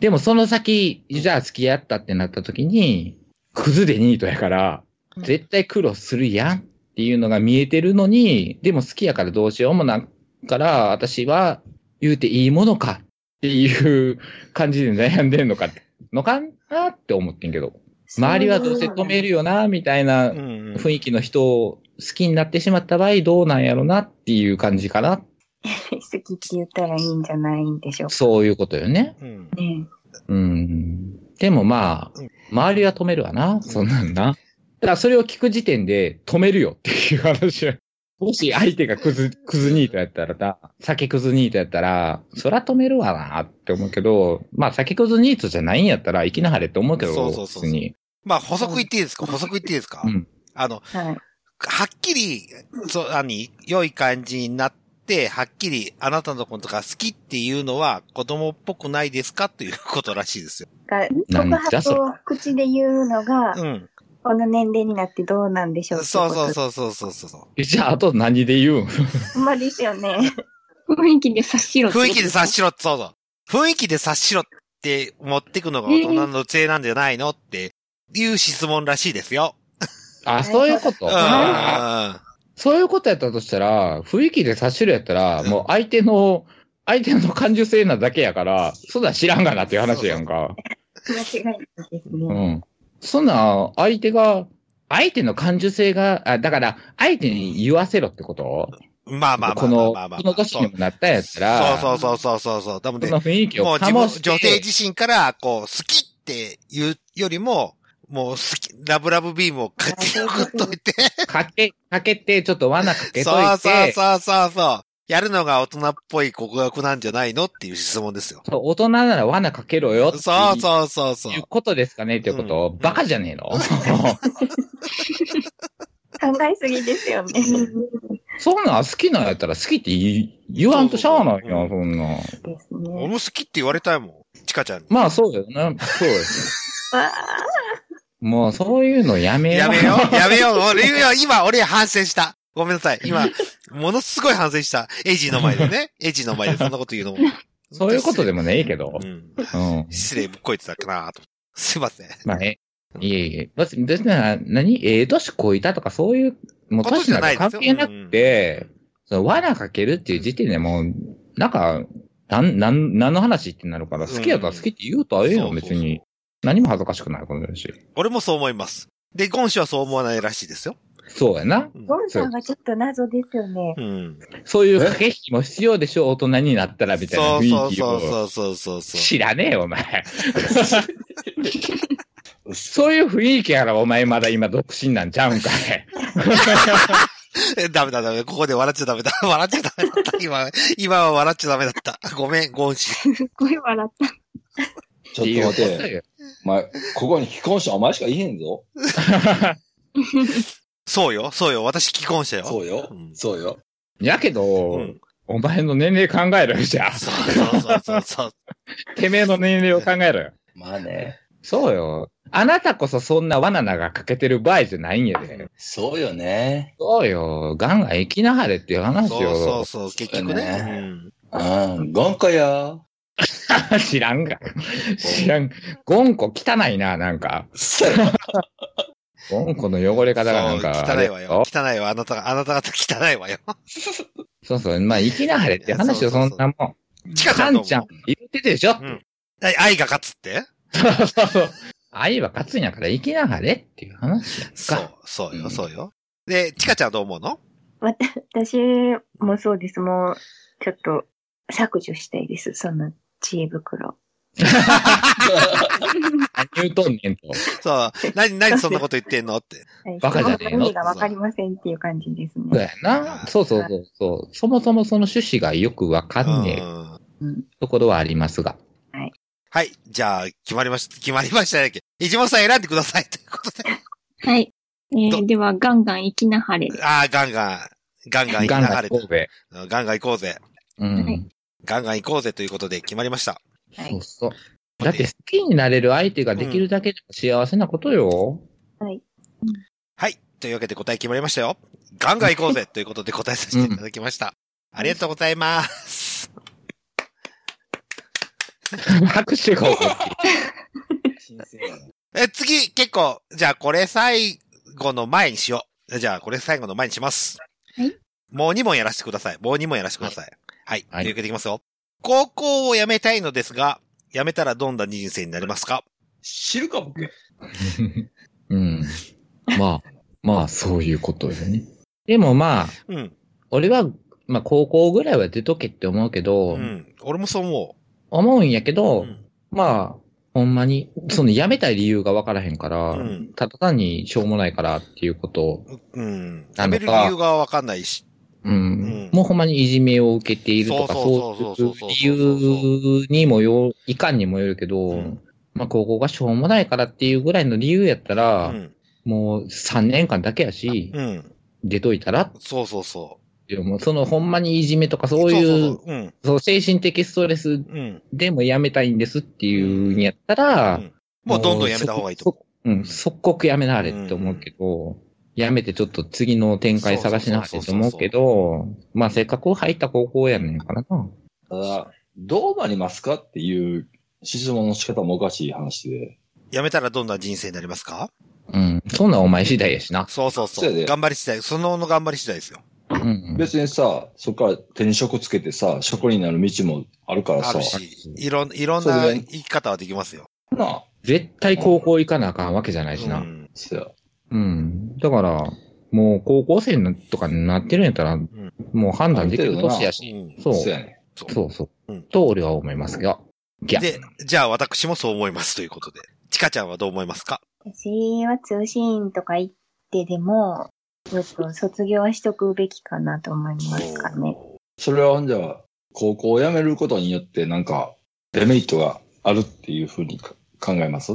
[SPEAKER 11] でもその先、じゃあ付き合ったってなった時に、クズでニートやから、絶対苦労するやんっていうのが見えてるのに、でも好きやからどうしようもないから、私は言うていいものかっていう感じで悩んでるのか、のかなって思ってんけど。周りはどうせ止めるよな、みたいな雰囲気の人を好きになってしまった場合どうなんやろなっていう感じかな。
[SPEAKER 3] 好きって言ったらいいんじゃないんでしょうか。
[SPEAKER 11] そういうことよね。
[SPEAKER 3] う。ね
[SPEAKER 11] うん。でもまあ、周りは止めるわな、そんなんな。だからそれを聞く時点で止めるよっていう話は。 もし相手がクズ、クズニートやったらな、酒クズニートやったら、そら止めるわなって思うけど、まあ酒クズニートじゃないんやったら生きなはれって思うけど、
[SPEAKER 1] そうそうそうそう
[SPEAKER 11] 別に。
[SPEAKER 1] まあ、補足言っていいですか補足言っていいですか、
[SPEAKER 11] うん
[SPEAKER 1] あの、はっきり、そう、何、良い感じになって、はっきり、あなたのことが好きっていうのは、子供っぽくないですかということらしいですよ。
[SPEAKER 3] が
[SPEAKER 1] なん
[SPEAKER 3] 告
[SPEAKER 1] じゃ
[SPEAKER 3] 白
[SPEAKER 1] それ
[SPEAKER 3] を口で言うのが、
[SPEAKER 1] うん。
[SPEAKER 3] この年齢になってどうなんでしょうって
[SPEAKER 1] そうそう
[SPEAKER 3] こ
[SPEAKER 1] そうそうそうそう。
[SPEAKER 11] えじゃああと何で言うん
[SPEAKER 3] と。ほんまです よね。
[SPEAKER 7] 雰囲気で察しろ
[SPEAKER 1] 雰囲気で察しろって、そうそう。雰囲気で察しろって持ってくのが大人の知恵なんじゃないのっていう質問らしいですよ。
[SPEAKER 11] あ、そういうこと。
[SPEAKER 1] あ
[SPEAKER 11] そういうことやったとしたら、雰囲気で察しろやったら、もう相手の、相手の感受性なだけやから、そんなん知らんがなっていう話やんか。
[SPEAKER 3] 間違いないですね。
[SPEAKER 11] うん。そんなん、相手が、相手の感受性が、あ、だから、相手に言わせろってこと
[SPEAKER 1] まあまあまあ
[SPEAKER 11] こ
[SPEAKER 1] まあ
[SPEAKER 11] の、
[SPEAKER 1] まあまあ
[SPEAKER 11] この年にもなったやったら、
[SPEAKER 1] そうそうそうそうそうそう。多分ね、
[SPEAKER 11] この雰囲気を
[SPEAKER 1] もう自
[SPEAKER 11] 保し
[SPEAKER 1] 分、
[SPEAKER 11] て
[SPEAKER 1] 女性自身から、こう、好きって言うよりも、もう好き、ラブラブビームをかけてくっとい て。
[SPEAKER 11] かけ、かけて、ちょっと罠かけといて、
[SPEAKER 1] そうそうそうそうそう。やるのが大人っぽい告白なんじゃないのっていう質問ですよ。
[SPEAKER 11] そう大人なら罠かけろよってい
[SPEAKER 1] そうそうそうそう。
[SPEAKER 11] いうことですかねっていうこと、バカじゃねえの
[SPEAKER 3] 考えすぎですよね。
[SPEAKER 11] そんなん好きなんやったら好きって言い言わんとしゃあないよ、そんなん。
[SPEAKER 1] 俺も好きって言われたいもん。チカちゃんに。
[SPEAKER 11] まあそうだよね。そうです。
[SPEAKER 3] わ
[SPEAKER 11] もうそういうのやめ
[SPEAKER 1] や
[SPEAKER 11] よう。
[SPEAKER 1] めよう、やめよう。俺、今今、俺反省した。ごめんなさい。今、ものすごい反省した。エイジの前でね。エイジの前でそんなこと言うのも。
[SPEAKER 11] そういうことでもねえけど。
[SPEAKER 1] うん。
[SPEAKER 11] うん。
[SPEAKER 1] 失礼ぶっこいてたかなと。すいません。
[SPEAKER 11] まあね。いえいえ。別に、別にな何ええ年こいたとかそういう、もう年なんか関係なくて、その罠かけるっていう時点でもう、なんか、なん、なん、何の話ってなるから、好きやったら好きって言うとはええよ、別に。何も恥ずかしくないことだし。
[SPEAKER 1] 俺もそう思います。で、ゴン氏はそう思わないらしいですよ。
[SPEAKER 11] そうやな。
[SPEAKER 3] ゴンさんはちょっと謎ですよね。
[SPEAKER 1] うん。
[SPEAKER 11] そういう駆け引きも必要でしょ、大人になったらみたいな雰囲気を。
[SPEAKER 1] そうそうそうそう。
[SPEAKER 11] 知らねえよ、お前。そういう雰囲気やら、お前まだ今独身なんちゃうんかい。
[SPEAKER 1] えダメだ、ダメだ。ここで笑っちゃダメだ。 笑っちゃダメだった。今、今は笑っちゃダメだった。ごめん、ゴン氏。
[SPEAKER 7] すっごい笑った。
[SPEAKER 2] ちょっと待。
[SPEAKER 11] って
[SPEAKER 2] お前、ここに既婚者お前しかいへんぞ。
[SPEAKER 1] そうよ、そうよ。私既婚者よ。
[SPEAKER 2] そうよ。そうよ。
[SPEAKER 11] やけど、お前の年齢考えろよ、じゃあ。
[SPEAKER 1] そうそうそうそう。
[SPEAKER 11] てめえの年齢を考えろよ。
[SPEAKER 2] まあね。
[SPEAKER 11] そうよ。あなたこそそんな罠なんかかけてる場合じゃないんやで。
[SPEAKER 2] そうよね。
[SPEAKER 11] そうよ。ガンガン生きなはれっていう話
[SPEAKER 1] そ
[SPEAKER 11] よ。
[SPEAKER 1] うそうそう、結局ね。
[SPEAKER 2] うん、ゴンコや。
[SPEAKER 11] 知らんが。知らん。ゴンコ汚いな、なんか。 ゴンコの汚れ方がなんか。
[SPEAKER 1] 汚いわよ。汚いわ。あなたが、あなた方汚いわよ。
[SPEAKER 11] そうそう。まあ、生きなはれって話よ、そんなもん。
[SPEAKER 1] ちかちゃんどう思う
[SPEAKER 11] カンちゃん、言ってたでしょ
[SPEAKER 1] え愛が勝つって
[SPEAKER 11] そう そうそう。愛は勝つんやから生きなはれっていう話やんか。
[SPEAKER 1] そう、そうよ、そうよ。で、チカちゃんはどう思うの
[SPEAKER 3] わた私もそうです。もう、ちょっと削除したいです。その知恵袋。
[SPEAKER 11] 何言うとんねんと。
[SPEAKER 1] そう。何、何そんなこと言ってんのって。
[SPEAKER 11] バカじゃねえ
[SPEAKER 3] 人
[SPEAKER 11] の
[SPEAKER 3] の意味がわかりませんっていう感じです
[SPEAKER 11] そうや
[SPEAKER 3] ね。
[SPEAKER 11] な。そうそうそうそう。そもそもその趣旨がよくわかんね
[SPEAKER 3] え
[SPEAKER 11] ところはありますが。
[SPEAKER 1] はい。じゃあ、決まりました、決まりましたね。一島さん選んでください。ということで。
[SPEAKER 7] はい。えー、では、ガンガン生きなはれ。
[SPEAKER 1] ああ、ガンガン、ガンガン行きながれ
[SPEAKER 11] ガンガン行こうぜ
[SPEAKER 1] うんガンガン行こうぜ。
[SPEAKER 11] うん。
[SPEAKER 1] ガンガン行こうぜということで決まりました。
[SPEAKER 11] そうそう。だって好きになれる相手ができるだけでも幸せなことよ。
[SPEAKER 3] はい。
[SPEAKER 1] はい。というわけで答え決まりましたよ。ガンガン行こうぜということで答えさせていただきました。ありがとうございます。
[SPEAKER 11] 拍手が起こって。
[SPEAKER 1] え、次、結構、じゃあこれ最後の前にしよう。じゃあこれ最後の前にします。
[SPEAKER 7] はい。
[SPEAKER 1] もう2問やらせてください。もう2問やらせてください。はい。はい。というわけでいきますよ。高校を辞めたいのですが、辞めたらどんな人生になりますか
[SPEAKER 12] 知るか、僕。
[SPEAKER 11] うん。まあ、まあ、そういうことよね。でもまあ、
[SPEAKER 1] うん。
[SPEAKER 11] 俺は、まあ、高校ぐらいは出とけって思うけど、
[SPEAKER 1] うん。俺もそう思
[SPEAKER 11] 思うんやけど、まあ、ほんまに、その辞めたい理由がわからへんから、
[SPEAKER 1] うん
[SPEAKER 11] ただ単にしょうもないからっていうこと
[SPEAKER 1] う。うん。
[SPEAKER 11] な
[SPEAKER 1] 辞
[SPEAKER 11] の
[SPEAKER 1] める理由
[SPEAKER 11] か、
[SPEAKER 1] がわかんないし。
[SPEAKER 11] うん、もうほんまにいじめを受けているとか、
[SPEAKER 1] そうそうそう
[SPEAKER 11] そういう理由にもよ、いかんにもよるけど、まあ、高校がしょうもないからっていうぐらいの理由やったら、もう3年間だけやし、
[SPEAKER 1] うん。
[SPEAKER 11] 出といたら
[SPEAKER 1] そうそうそ
[SPEAKER 11] でも、そのほんまにいじめとかそういう、
[SPEAKER 1] う。うん。
[SPEAKER 11] そう精神的ストレス
[SPEAKER 1] うん。
[SPEAKER 11] でもやめたいんですっていうんやったら、
[SPEAKER 1] もうどんどんやめた方がいいと
[SPEAKER 11] 思う。うん、即刻やめなはれって思うけど、やめてちょっと次の展開探しなはれって思うけど、まあせっかく入った高校やねんからな。
[SPEAKER 2] ただ、どうなりますかっていう質問の仕方もおかしい話で。
[SPEAKER 1] 辞めたらどんな人生になりますか
[SPEAKER 11] うん、そんなんお前次第やしな。
[SPEAKER 1] そうそうそ
[SPEAKER 2] そうや
[SPEAKER 1] う。
[SPEAKER 2] で
[SPEAKER 1] 頑張り次第。その後の頑張り次第ですよ。
[SPEAKER 2] 別にさ、そこから手に職つけてさ、職になる道もあるから
[SPEAKER 1] あ
[SPEAKER 2] さ
[SPEAKER 1] る。し、いろん、いろん
[SPEAKER 2] そ
[SPEAKER 1] な
[SPEAKER 2] うだ
[SPEAKER 1] 生
[SPEAKER 2] ね
[SPEAKER 1] き方はできますよ。
[SPEAKER 11] 絶対高校行かなあかんわけじゃないしな。
[SPEAKER 1] うん。
[SPEAKER 11] だから、もう高校生のとかになってるんやったら、もう判断できる年やし。
[SPEAKER 1] うん
[SPEAKER 11] そう。
[SPEAKER 1] そう
[SPEAKER 11] そ
[SPEAKER 1] や
[SPEAKER 11] う
[SPEAKER 1] ね
[SPEAKER 11] そうと俺は思いますが。ギャ
[SPEAKER 1] で、じゃあ私もそう思いますということで。ちかちゃんはどう思いますか
[SPEAKER 3] 私は通信とか行ってでも、ちょっと卒業はしとくべきかなと思いますかね。
[SPEAKER 2] それは、じゃあ、高校を辞めることによって、なんか、デメリットがあるっていうふうにか考えます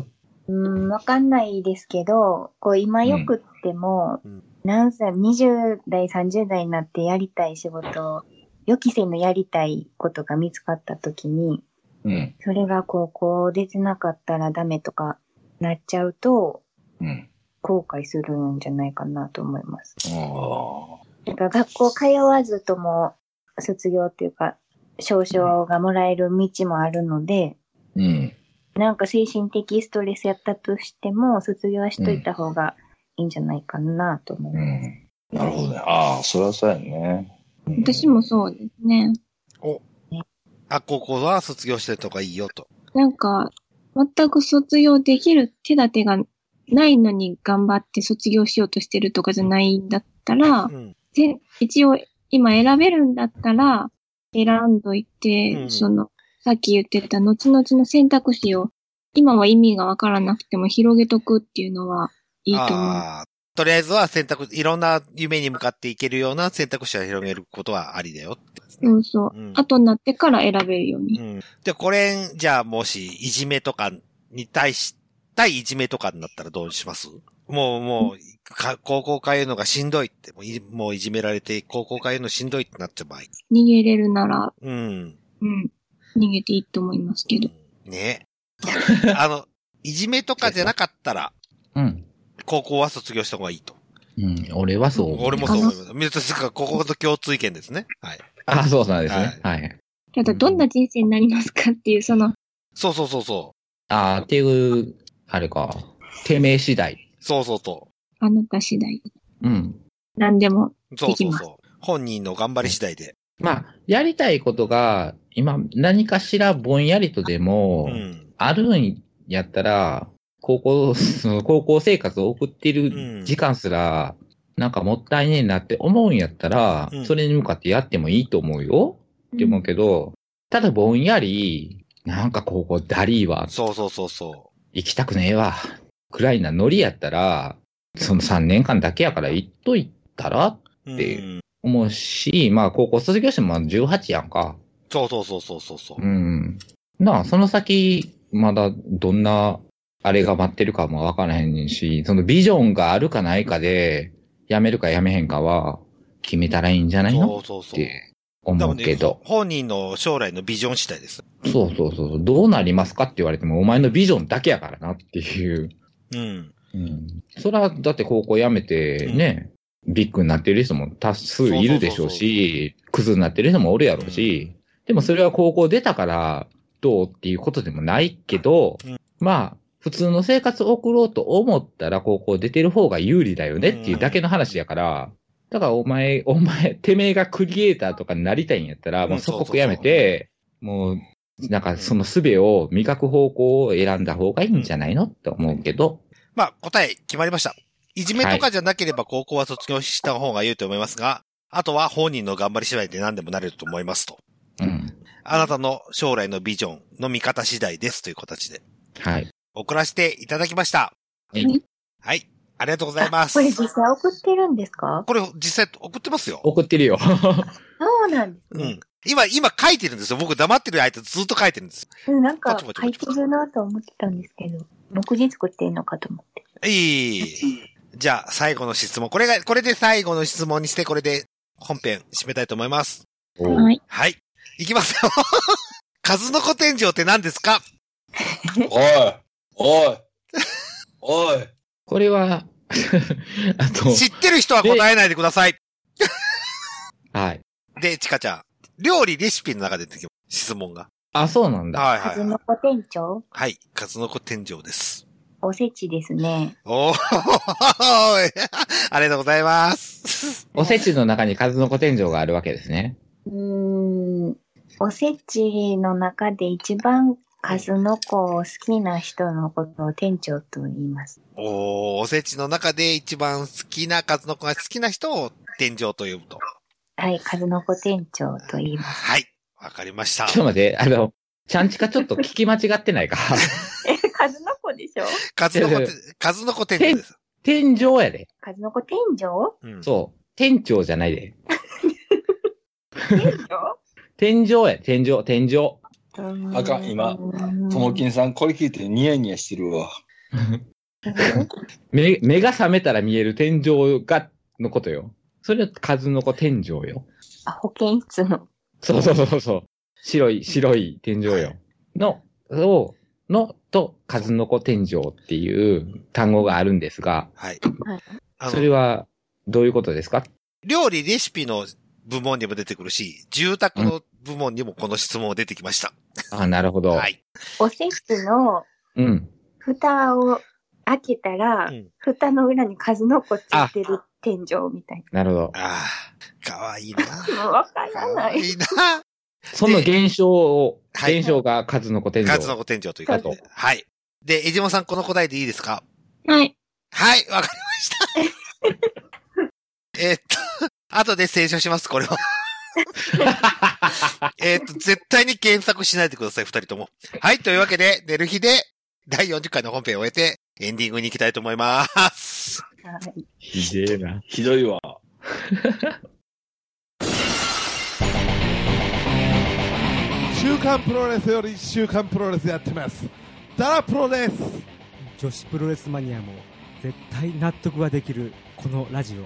[SPEAKER 3] うん、わかんないですけど、こう今よくっても、何歳、20代、30代になってやりたい仕事、予期せぬやりたいことが見つかった時に、
[SPEAKER 2] うん。
[SPEAKER 3] それが高校出てなかったらダメとかなっちゃうと、
[SPEAKER 2] うん
[SPEAKER 3] 後悔するんじゃないかなと思います。
[SPEAKER 2] あ
[SPEAKER 3] なんか学校通わずとも卒業っていうか、証書がもらえる道もあるので、
[SPEAKER 2] うん。
[SPEAKER 3] なんか精神的ストレスやったとしても、卒業はしといた方がいいんじゃないかなと思います。
[SPEAKER 2] なるほどね。ああ、それはそうやね。
[SPEAKER 7] 私もそうですね。
[SPEAKER 1] あ、高校は卒業してとかいいよと。
[SPEAKER 7] なんか、全く卒業できる手立てがないのに頑張って卒業しようとしてるとかじゃないんだったら、ぜ一応今選べるんだったら、選んどいて、
[SPEAKER 13] うん
[SPEAKER 7] その、さっき言ってた後々の選択肢を、今は意味がわからなくても広げとくっていうのはいいと思う。
[SPEAKER 1] ああ、とりあえずは選択、いろんな夢に向かっていけるような選択肢を広げることはありだよって。
[SPEAKER 7] そうそう。
[SPEAKER 1] うん
[SPEAKER 7] 後になってから選べるように。
[SPEAKER 1] うん。で、これ、じゃあもし、いじめとかに対し、対いじめとかになったらどうしますもう、もう、か高校通うのがしんどいって、もういもういじめられて、高校通うのしんどいってなっちゃう場合。
[SPEAKER 7] 逃げれるなら、
[SPEAKER 1] うん。
[SPEAKER 7] うん、逃げていいと思いますけど。
[SPEAKER 1] ねあの、いじめとかじゃなかったら、
[SPEAKER 11] うん。
[SPEAKER 1] 高校は卒業した方がいいと。
[SPEAKER 11] うん、俺はそう思う。
[SPEAKER 1] 俺もそう思います。みんなと、か、ここと共通意見ですね。はい。
[SPEAKER 11] あ、そうなんですね。はい。
[SPEAKER 7] ただ、どんな人生になりますかっていう、その、
[SPEAKER 1] そうそうそうそ
[SPEAKER 11] ああ、っていう、あれか。てめえ次第。
[SPEAKER 1] う。そうそうそ
[SPEAKER 7] あなた次第。
[SPEAKER 11] うん。
[SPEAKER 7] 何でも
[SPEAKER 1] う。
[SPEAKER 7] で
[SPEAKER 1] そう
[SPEAKER 7] き
[SPEAKER 1] そう
[SPEAKER 7] ます。
[SPEAKER 1] そう。本人の頑張り次第で。
[SPEAKER 11] まあ、やりたいことが、今、何かしらぼんやりとでも、あるんやったら、高校、その高校生活を送っている時間すら、なんかもったいねえなって思うんやったら、
[SPEAKER 1] うん
[SPEAKER 11] それに向かってやってもいいと思うよって思うけど、ただぼんやり、なんか高校だりーわ、
[SPEAKER 1] そうそうそうそ
[SPEAKER 11] 行きたくねえわ、くらいなノリやったら、その3年間だけやから行っといたらって思うし、まあ高校卒業してもまだ18やんか。
[SPEAKER 1] う。そうそうそうそうそうそう。
[SPEAKER 11] うん。なあ、その先、まだどんな、あれが待ってるかもわからへんし、そのビジョンがあるかないかで、やめるかやめへんかは、決めたらいいんじゃないの
[SPEAKER 1] そうそうそう
[SPEAKER 11] って思うけど。
[SPEAKER 1] 本人の将来のビジョン次第です。
[SPEAKER 11] そうそうそう。どうなりますかって言われても、お前のビジョンだけやからなっていう。
[SPEAKER 1] うん。
[SPEAKER 11] うん。そら、だって高校辞めてね、ビッグになってる人も多数いるでしょうし、クズになってる人もおるやろうし、でもそれは高校出たからどうっていうことでもないけど、まあ、普通の生活を送ろうと思ったら高校出てる方が有利だよねっていうだけの話やから、だからお前、お前、てめえがクリエイターとかになりたいんやったら、もう即刻やめて、もう、なんかその術を磨く方向を選んだ方がいいんじゃないのって思うけど、
[SPEAKER 1] まあ、答え決まりました。いじめとかじゃなければ高校は卒業した方が良いと思いますが、あとは本人の頑張り次第で何でもなれると思いますと。あなたの将来のビジョンの見方次第ですという形で
[SPEAKER 11] はい。
[SPEAKER 1] 送らせていただきました。
[SPEAKER 11] はい。
[SPEAKER 1] はい。ありがとうございます。
[SPEAKER 3] これ実際送ってるんですか
[SPEAKER 1] これ実際送ってますよ。
[SPEAKER 11] 送ってるよ。
[SPEAKER 3] そうなんで
[SPEAKER 1] うん。今、今書いてるんですよ。僕黙ってる間ずっと書いてるんです。
[SPEAKER 3] す。うんなんか
[SPEAKER 1] こっちこっちこ
[SPEAKER 3] 書いてるなと思ってたんですけど、目次作ってんのかと思って。
[SPEAKER 1] いい。じゃあ、最後の質問。これが、これで最後の質問にして、これで本編締めたいと思います。
[SPEAKER 7] はい。
[SPEAKER 1] はい。いきますよ。 数の子天井って何ですか
[SPEAKER 2] おいおいおい
[SPEAKER 11] これは、 あと、
[SPEAKER 1] 知ってる人は答えないでください。
[SPEAKER 11] はい。
[SPEAKER 1] で、ちかちゃん。料理レシピの中で出てきます。質問が。
[SPEAKER 11] あ、そうなんだ。
[SPEAKER 1] はいは
[SPEAKER 3] 数
[SPEAKER 1] い。
[SPEAKER 3] の子店長、
[SPEAKER 1] はい。数の子天井です。
[SPEAKER 3] おせちですね。
[SPEAKER 1] おー ありがとうございます。
[SPEAKER 11] おせちの中に数の子天井があるわけですね。
[SPEAKER 3] うーん、おせちの中で一番数の子を好きな人のことを店長と言います。
[SPEAKER 1] おーおせちの中で一番好きな数の子が好きな人を天井と呼ぶと。
[SPEAKER 3] はい、数の子店長と言います。
[SPEAKER 1] はい。わかりました。
[SPEAKER 11] ちょっと待って、あの、ちゃんちかちょっと聞き間違って ないか。
[SPEAKER 3] え、数の子でしょ
[SPEAKER 1] 数の子て、数の子天井です。
[SPEAKER 11] 天井やで。
[SPEAKER 3] 数の子店長
[SPEAKER 11] そう。店長じゃないで。
[SPEAKER 3] 店
[SPEAKER 11] 天井や、天井、天井。
[SPEAKER 3] 長
[SPEAKER 2] あかん、今。ともきんさん、これ聞いてニヤニヤしてるわ。
[SPEAKER 11] 目、目が覚めたら見える天井が、のことよ。それは数の子天井よ。
[SPEAKER 3] あ、保健室の。
[SPEAKER 11] そうそうそうそう。白い、白い天井よ。の、を、の、と、数の子天井っていう単語があるんですが、
[SPEAKER 1] はい。
[SPEAKER 11] それは、どういうことですか
[SPEAKER 1] 料理レシピの部門にも出てくるし、住宅の部門にもこの質問出てきました。
[SPEAKER 11] あ、なるほど。
[SPEAKER 1] はい。
[SPEAKER 3] おせちの
[SPEAKER 11] うん。
[SPEAKER 3] 蓋を開けたら、蓋の裏に数の子ついてる天井みたい
[SPEAKER 11] なるほど。
[SPEAKER 1] ああ、かわいいな。
[SPEAKER 3] な。もうわからな
[SPEAKER 1] い
[SPEAKER 3] い。
[SPEAKER 1] いな。
[SPEAKER 11] その現象を、
[SPEAKER 1] はい
[SPEAKER 11] 現象が数の子天井。
[SPEAKER 1] 数の子天井ということで。はい。で、江島さん、この答えでいいですか
[SPEAKER 7] はい。
[SPEAKER 1] はい、わかりました。えっと、後で清書します、これは。えっと、絶対に検索しないでください、二人とも。はい、というわけで、寝る日で、第40回の本編を終えて、エンディングに行きたいと思います。
[SPEAKER 3] はい
[SPEAKER 11] ひでえな。
[SPEAKER 2] ひどいわ。
[SPEAKER 8] 週刊プロレスより週刊プロレスやってますダラプロです
[SPEAKER 4] 女子プロレスマニアも絶対納得ができるこのラジオ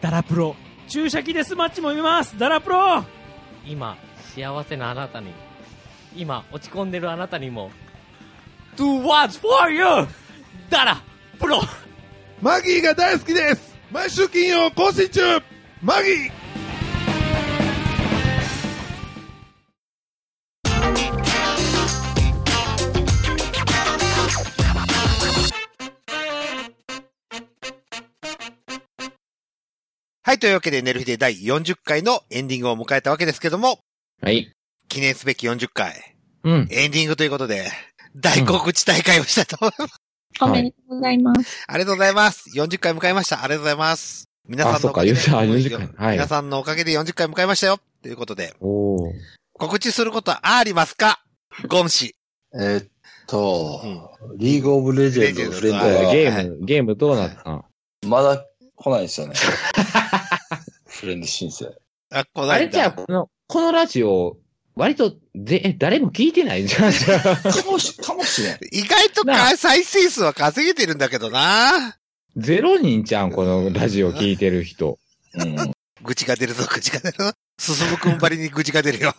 [SPEAKER 4] ダラプロ注射器デスマッチも見ますダラプロ
[SPEAKER 12] 今、幸せなあなたに、今、落ち込んでるあなたにも、
[SPEAKER 8] Do what's for you!
[SPEAKER 12] ダラプロ
[SPEAKER 8] マギーが大好きです毎週金曜更新中マギー
[SPEAKER 1] はい、というわけで、寝る日で第40回のエンディングを迎えたわけですけども、
[SPEAKER 11] はい。
[SPEAKER 1] 記念すべき40回、
[SPEAKER 11] うん。
[SPEAKER 1] エンディングということで、大告知大会をしたいと思います。
[SPEAKER 7] おめでとうございま す。
[SPEAKER 1] ありがとうございます。40回迎えました。ありがとうございます。皆さ
[SPEAKER 11] あ、
[SPEAKER 1] ん
[SPEAKER 11] そ
[SPEAKER 1] の
[SPEAKER 11] っ
[SPEAKER 1] お
[SPEAKER 11] か、
[SPEAKER 1] かげで
[SPEAKER 11] 言う、た、40回。はい
[SPEAKER 1] 皆。さんのおかげで40回迎えましたよ。ということで、
[SPEAKER 11] おー。
[SPEAKER 1] 告知することはありますかゴン氏。
[SPEAKER 2] えっと、リーグオブレジェンドのフレンドが、
[SPEAKER 11] ゲーム、ゲームどうなったの
[SPEAKER 2] まだ来ない ですよね。フレンド申請。
[SPEAKER 1] あ、こ
[SPEAKER 11] あれじゃあ、この、このラジオ、割と、ぜ、え誰も聞いてないんじゃ ん。か
[SPEAKER 2] もし、かもしれん。
[SPEAKER 1] 意外とか再生数は稼げてるんだけどな。
[SPEAKER 11] ゼロ人ちゃん、このラジオ聞いてる人。
[SPEAKER 1] 愚痴が出るぞ、愚痴が出る ぞ。進むくんばりに愚痴が出るよ。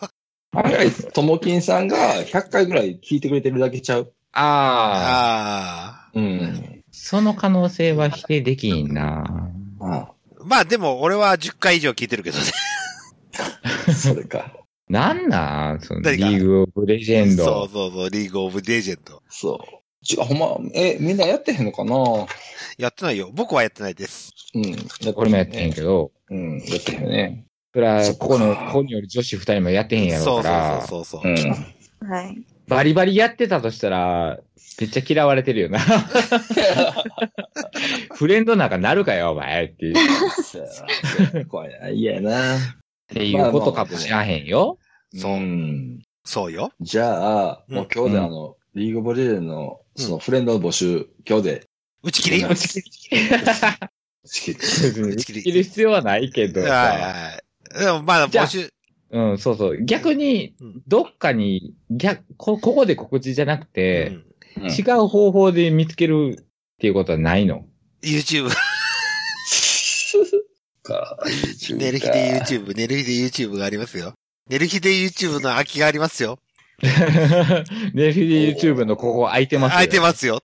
[SPEAKER 2] 早いです。ともきんさんが100回ぐらい聞いてくれてるだけちゃう。
[SPEAKER 11] あ
[SPEAKER 1] あ
[SPEAKER 2] あ。うん。
[SPEAKER 11] その可能性は否定できんな。
[SPEAKER 1] まあでも、俺は10回以上聞いてるけどね。
[SPEAKER 2] それか。
[SPEAKER 11] なんなんその
[SPEAKER 1] 誰が
[SPEAKER 11] リーグオブレジェンド。
[SPEAKER 1] そうそうそう、リーグオブレジェンド。
[SPEAKER 2] そう。ちょ、ほんま、え、みんなやってへんのかな
[SPEAKER 1] やってないよ。僕はやってないです。
[SPEAKER 2] うん。
[SPEAKER 11] 俺もやってへんけど。
[SPEAKER 2] うん、やってへんよね。
[SPEAKER 11] それは、ここの、ここによる女子二人もやってへんやろうから。
[SPEAKER 1] そうそうそう
[SPEAKER 11] そう
[SPEAKER 7] はい。
[SPEAKER 11] バリバリやってたとしたら、めっちゃ嫌われてるよな。フレンドなんかなるかよ、お前っていう。
[SPEAKER 2] 怖いな、嫌やな。
[SPEAKER 11] っていうことかもしらへんよ。
[SPEAKER 2] そう。
[SPEAKER 1] そうよ。
[SPEAKER 2] じゃあ、もう今日であの、リーグボレーの、そのフレンドの募集、今日で。
[SPEAKER 1] 打ち切り
[SPEAKER 2] 打ち切り。 打ち切り。
[SPEAKER 11] 打ち切る必要はないけどさ。
[SPEAKER 1] はいはい。でもまだ募集。
[SPEAKER 11] うん、そうそう。逆に、どっかに、逆、こ、ここで告知じゃなくて、
[SPEAKER 1] うん
[SPEAKER 11] 違う方法で見つけるっていうことはない の
[SPEAKER 1] YouTube。
[SPEAKER 2] か、YouTube
[SPEAKER 1] 寝る日で YouTube、寝る日で YouTube がありますよ。寝る日で YouTube の空きがありますよ。
[SPEAKER 11] ネフィ YouTube のここ空いてますよ。
[SPEAKER 1] 空いてますよ。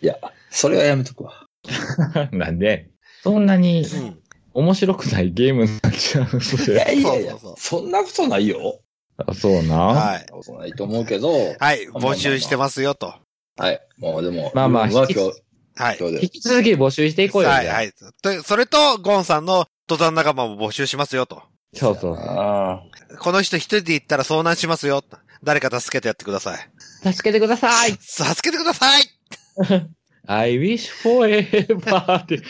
[SPEAKER 2] いや、それはやめとくわ。
[SPEAKER 11] なんで、そんなに、面白くないゲームになっちゃう。そ
[SPEAKER 2] い
[SPEAKER 11] れ
[SPEAKER 2] やいやいや、そんなことないよ。
[SPEAKER 11] あそうな。
[SPEAKER 1] はい。
[SPEAKER 2] そうないと思うけど。
[SPEAKER 1] はい、募集してますよと。
[SPEAKER 2] はい。もうでも、
[SPEAKER 11] まあまあ
[SPEAKER 2] ルームは
[SPEAKER 11] 引き
[SPEAKER 2] 今日、
[SPEAKER 1] はい。
[SPEAKER 2] 今日で
[SPEAKER 11] 引。き続き募集していこうよ。
[SPEAKER 1] はい、
[SPEAKER 11] じゃあ
[SPEAKER 1] はい。とそれと、ゴンさんの登山仲間も募集しますよと。
[SPEAKER 11] そうそう。
[SPEAKER 1] この人一人で行ったら遭難しますよ。誰か助けてやってください。
[SPEAKER 11] 助けてください
[SPEAKER 1] 助けてください
[SPEAKER 11] I wish forever って。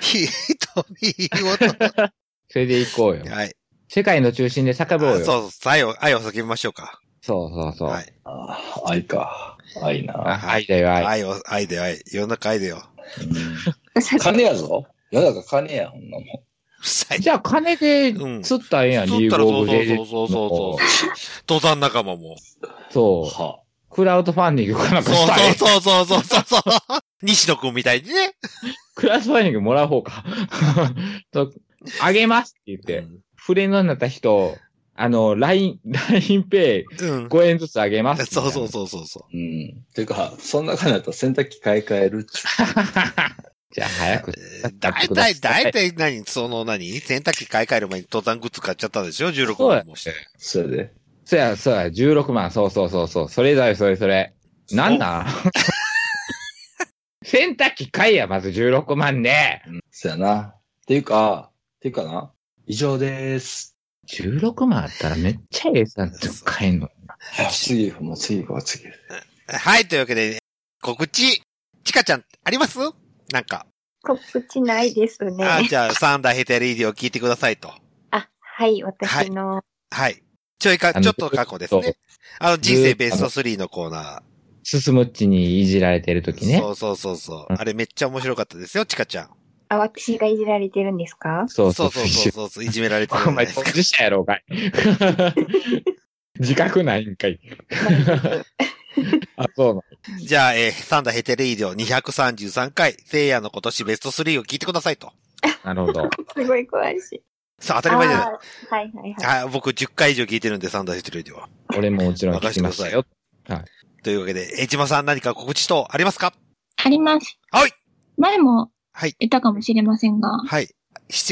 [SPEAKER 1] ひとみをと。
[SPEAKER 11] それでいこうよ。
[SPEAKER 1] はい。
[SPEAKER 11] 世界の中心で叫ぼうよ。
[SPEAKER 1] そうそう、愛を、愛を叫びましょうか。
[SPEAKER 11] そうそうそう。
[SPEAKER 2] 愛か。愛な。
[SPEAKER 11] 愛だよ、愛。
[SPEAKER 1] 愛を、愛で愛。世の中愛でよ。
[SPEAKER 2] 金やぞ。世の中金や、ほんなもん。
[SPEAKER 11] じゃあ金で釣ったらええやん、
[SPEAKER 1] 釣
[SPEAKER 11] リ
[SPEAKER 1] っ
[SPEAKER 11] ー
[SPEAKER 1] たら
[SPEAKER 11] グオブレジェン
[SPEAKER 1] そう
[SPEAKER 11] ド
[SPEAKER 1] そうそうそうそう。登山仲間も。
[SPEAKER 11] そう。クラウドファンディングかなん
[SPEAKER 1] そ
[SPEAKER 11] か
[SPEAKER 1] う
[SPEAKER 11] したらええ
[SPEAKER 1] そうそうそうそうそう。西野くんみたいにね。
[SPEAKER 11] クラウドファンディングもらう方か。 とあげますって言って、フレンドになった人、あの、LINE、LINE ペイ5円ずつあげます。そうそ う。
[SPEAKER 1] そうそうそう
[SPEAKER 2] うん。てか、そんな金やったら洗濯機買い替えるっちゅ
[SPEAKER 11] じゃあ早く。
[SPEAKER 1] 大体、大体何その何洗濯機買い替える前に登山グッズ買っちゃったんでしょ ?16 万もして。
[SPEAKER 2] それで。
[SPEAKER 11] そうや、そうや、16万、そうそうそう、そうそれだよ、それそれ。なんなん 洗濯機買いや、まず16万ね。
[SPEAKER 2] そうやな。っていうか、っていうかな。以上でーす。
[SPEAKER 11] 16万あったらめっちゃええさんと買えんの。
[SPEAKER 2] 次、もう次行こう、次。
[SPEAKER 1] はい、というわけで、告知、ちかちゃん、ありますなんか。
[SPEAKER 3] 告知ないですね。
[SPEAKER 1] あ、じゃあ、サンダーヘタリーディを聞いてくださいと。
[SPEAKER 3] あ、はい、私の、
[SPEAKER 1] はい。ちょいか、ちょっと過去ですね。あの、人生ベスト3のコーナ
[SPEAKER 11] すむっちにいじられてるとき
[SPEAKER 1] ー。
[SPEAKER 11] ね。
[SPEAKER 1] そうそうそうそう。あれめっちゃ面白かったですよ、ちかちゃん。
[SPEAKER 3] あ、私がいじられてるんですか
[SPEAKER 11] そう
[SPEAKER 1] そうそうそう そう、いじめられてるじ
[SPEAKER 11] お
[SPEAKER 1] ゃない
[SPEAKER 11] 前、
[SPEAKER 1] です
[SPEAKER 11] 当
[SPEAKER 1] か。
[SPEAKER 11] 事者やろうかい。 自覚ないんか い。あ、そうな
[SPEAKER 1] じゃあ、えーサンダーヘテレイディオ233回、聖夜の今年ベスト3を聞いてくださいと。
[SPEAKER 11] なるほど。
[SPEAKER 3] すごい怖いし。
[SPEAKER 1] さあ、当たり前じゃない。
[SPEAKER 3] あーはいはいはい。
[SPEAKER 1] はい、僕10回以上聞いてるんで、サンダーヘテレイディオは。
[SPEAKER 11] 俺ももちろん
[SPEAKER 1] 任
[SPEAKER 11] 聞
[SPEAKER 1] せ
[SPEAKER 11] き
[SPEAKER 1] てく
[SPEAKER 11] ま
[SPEAKER 1] だ
[SPEAKER 11] した
[SPEAKER 1] さい。
[SPEAKER 11] よ。
[SPEAKER 1] というわけで、江島さん何か告知等ありますか
[SPEAKER 7] あります。
[SPEAKER 1] はい。
[SPEAKER 7] 前も、
[SPEAKER 1] はい。
[SPEAKER 7] いたかもしれませんが、
[SPEAKER 1] はい。7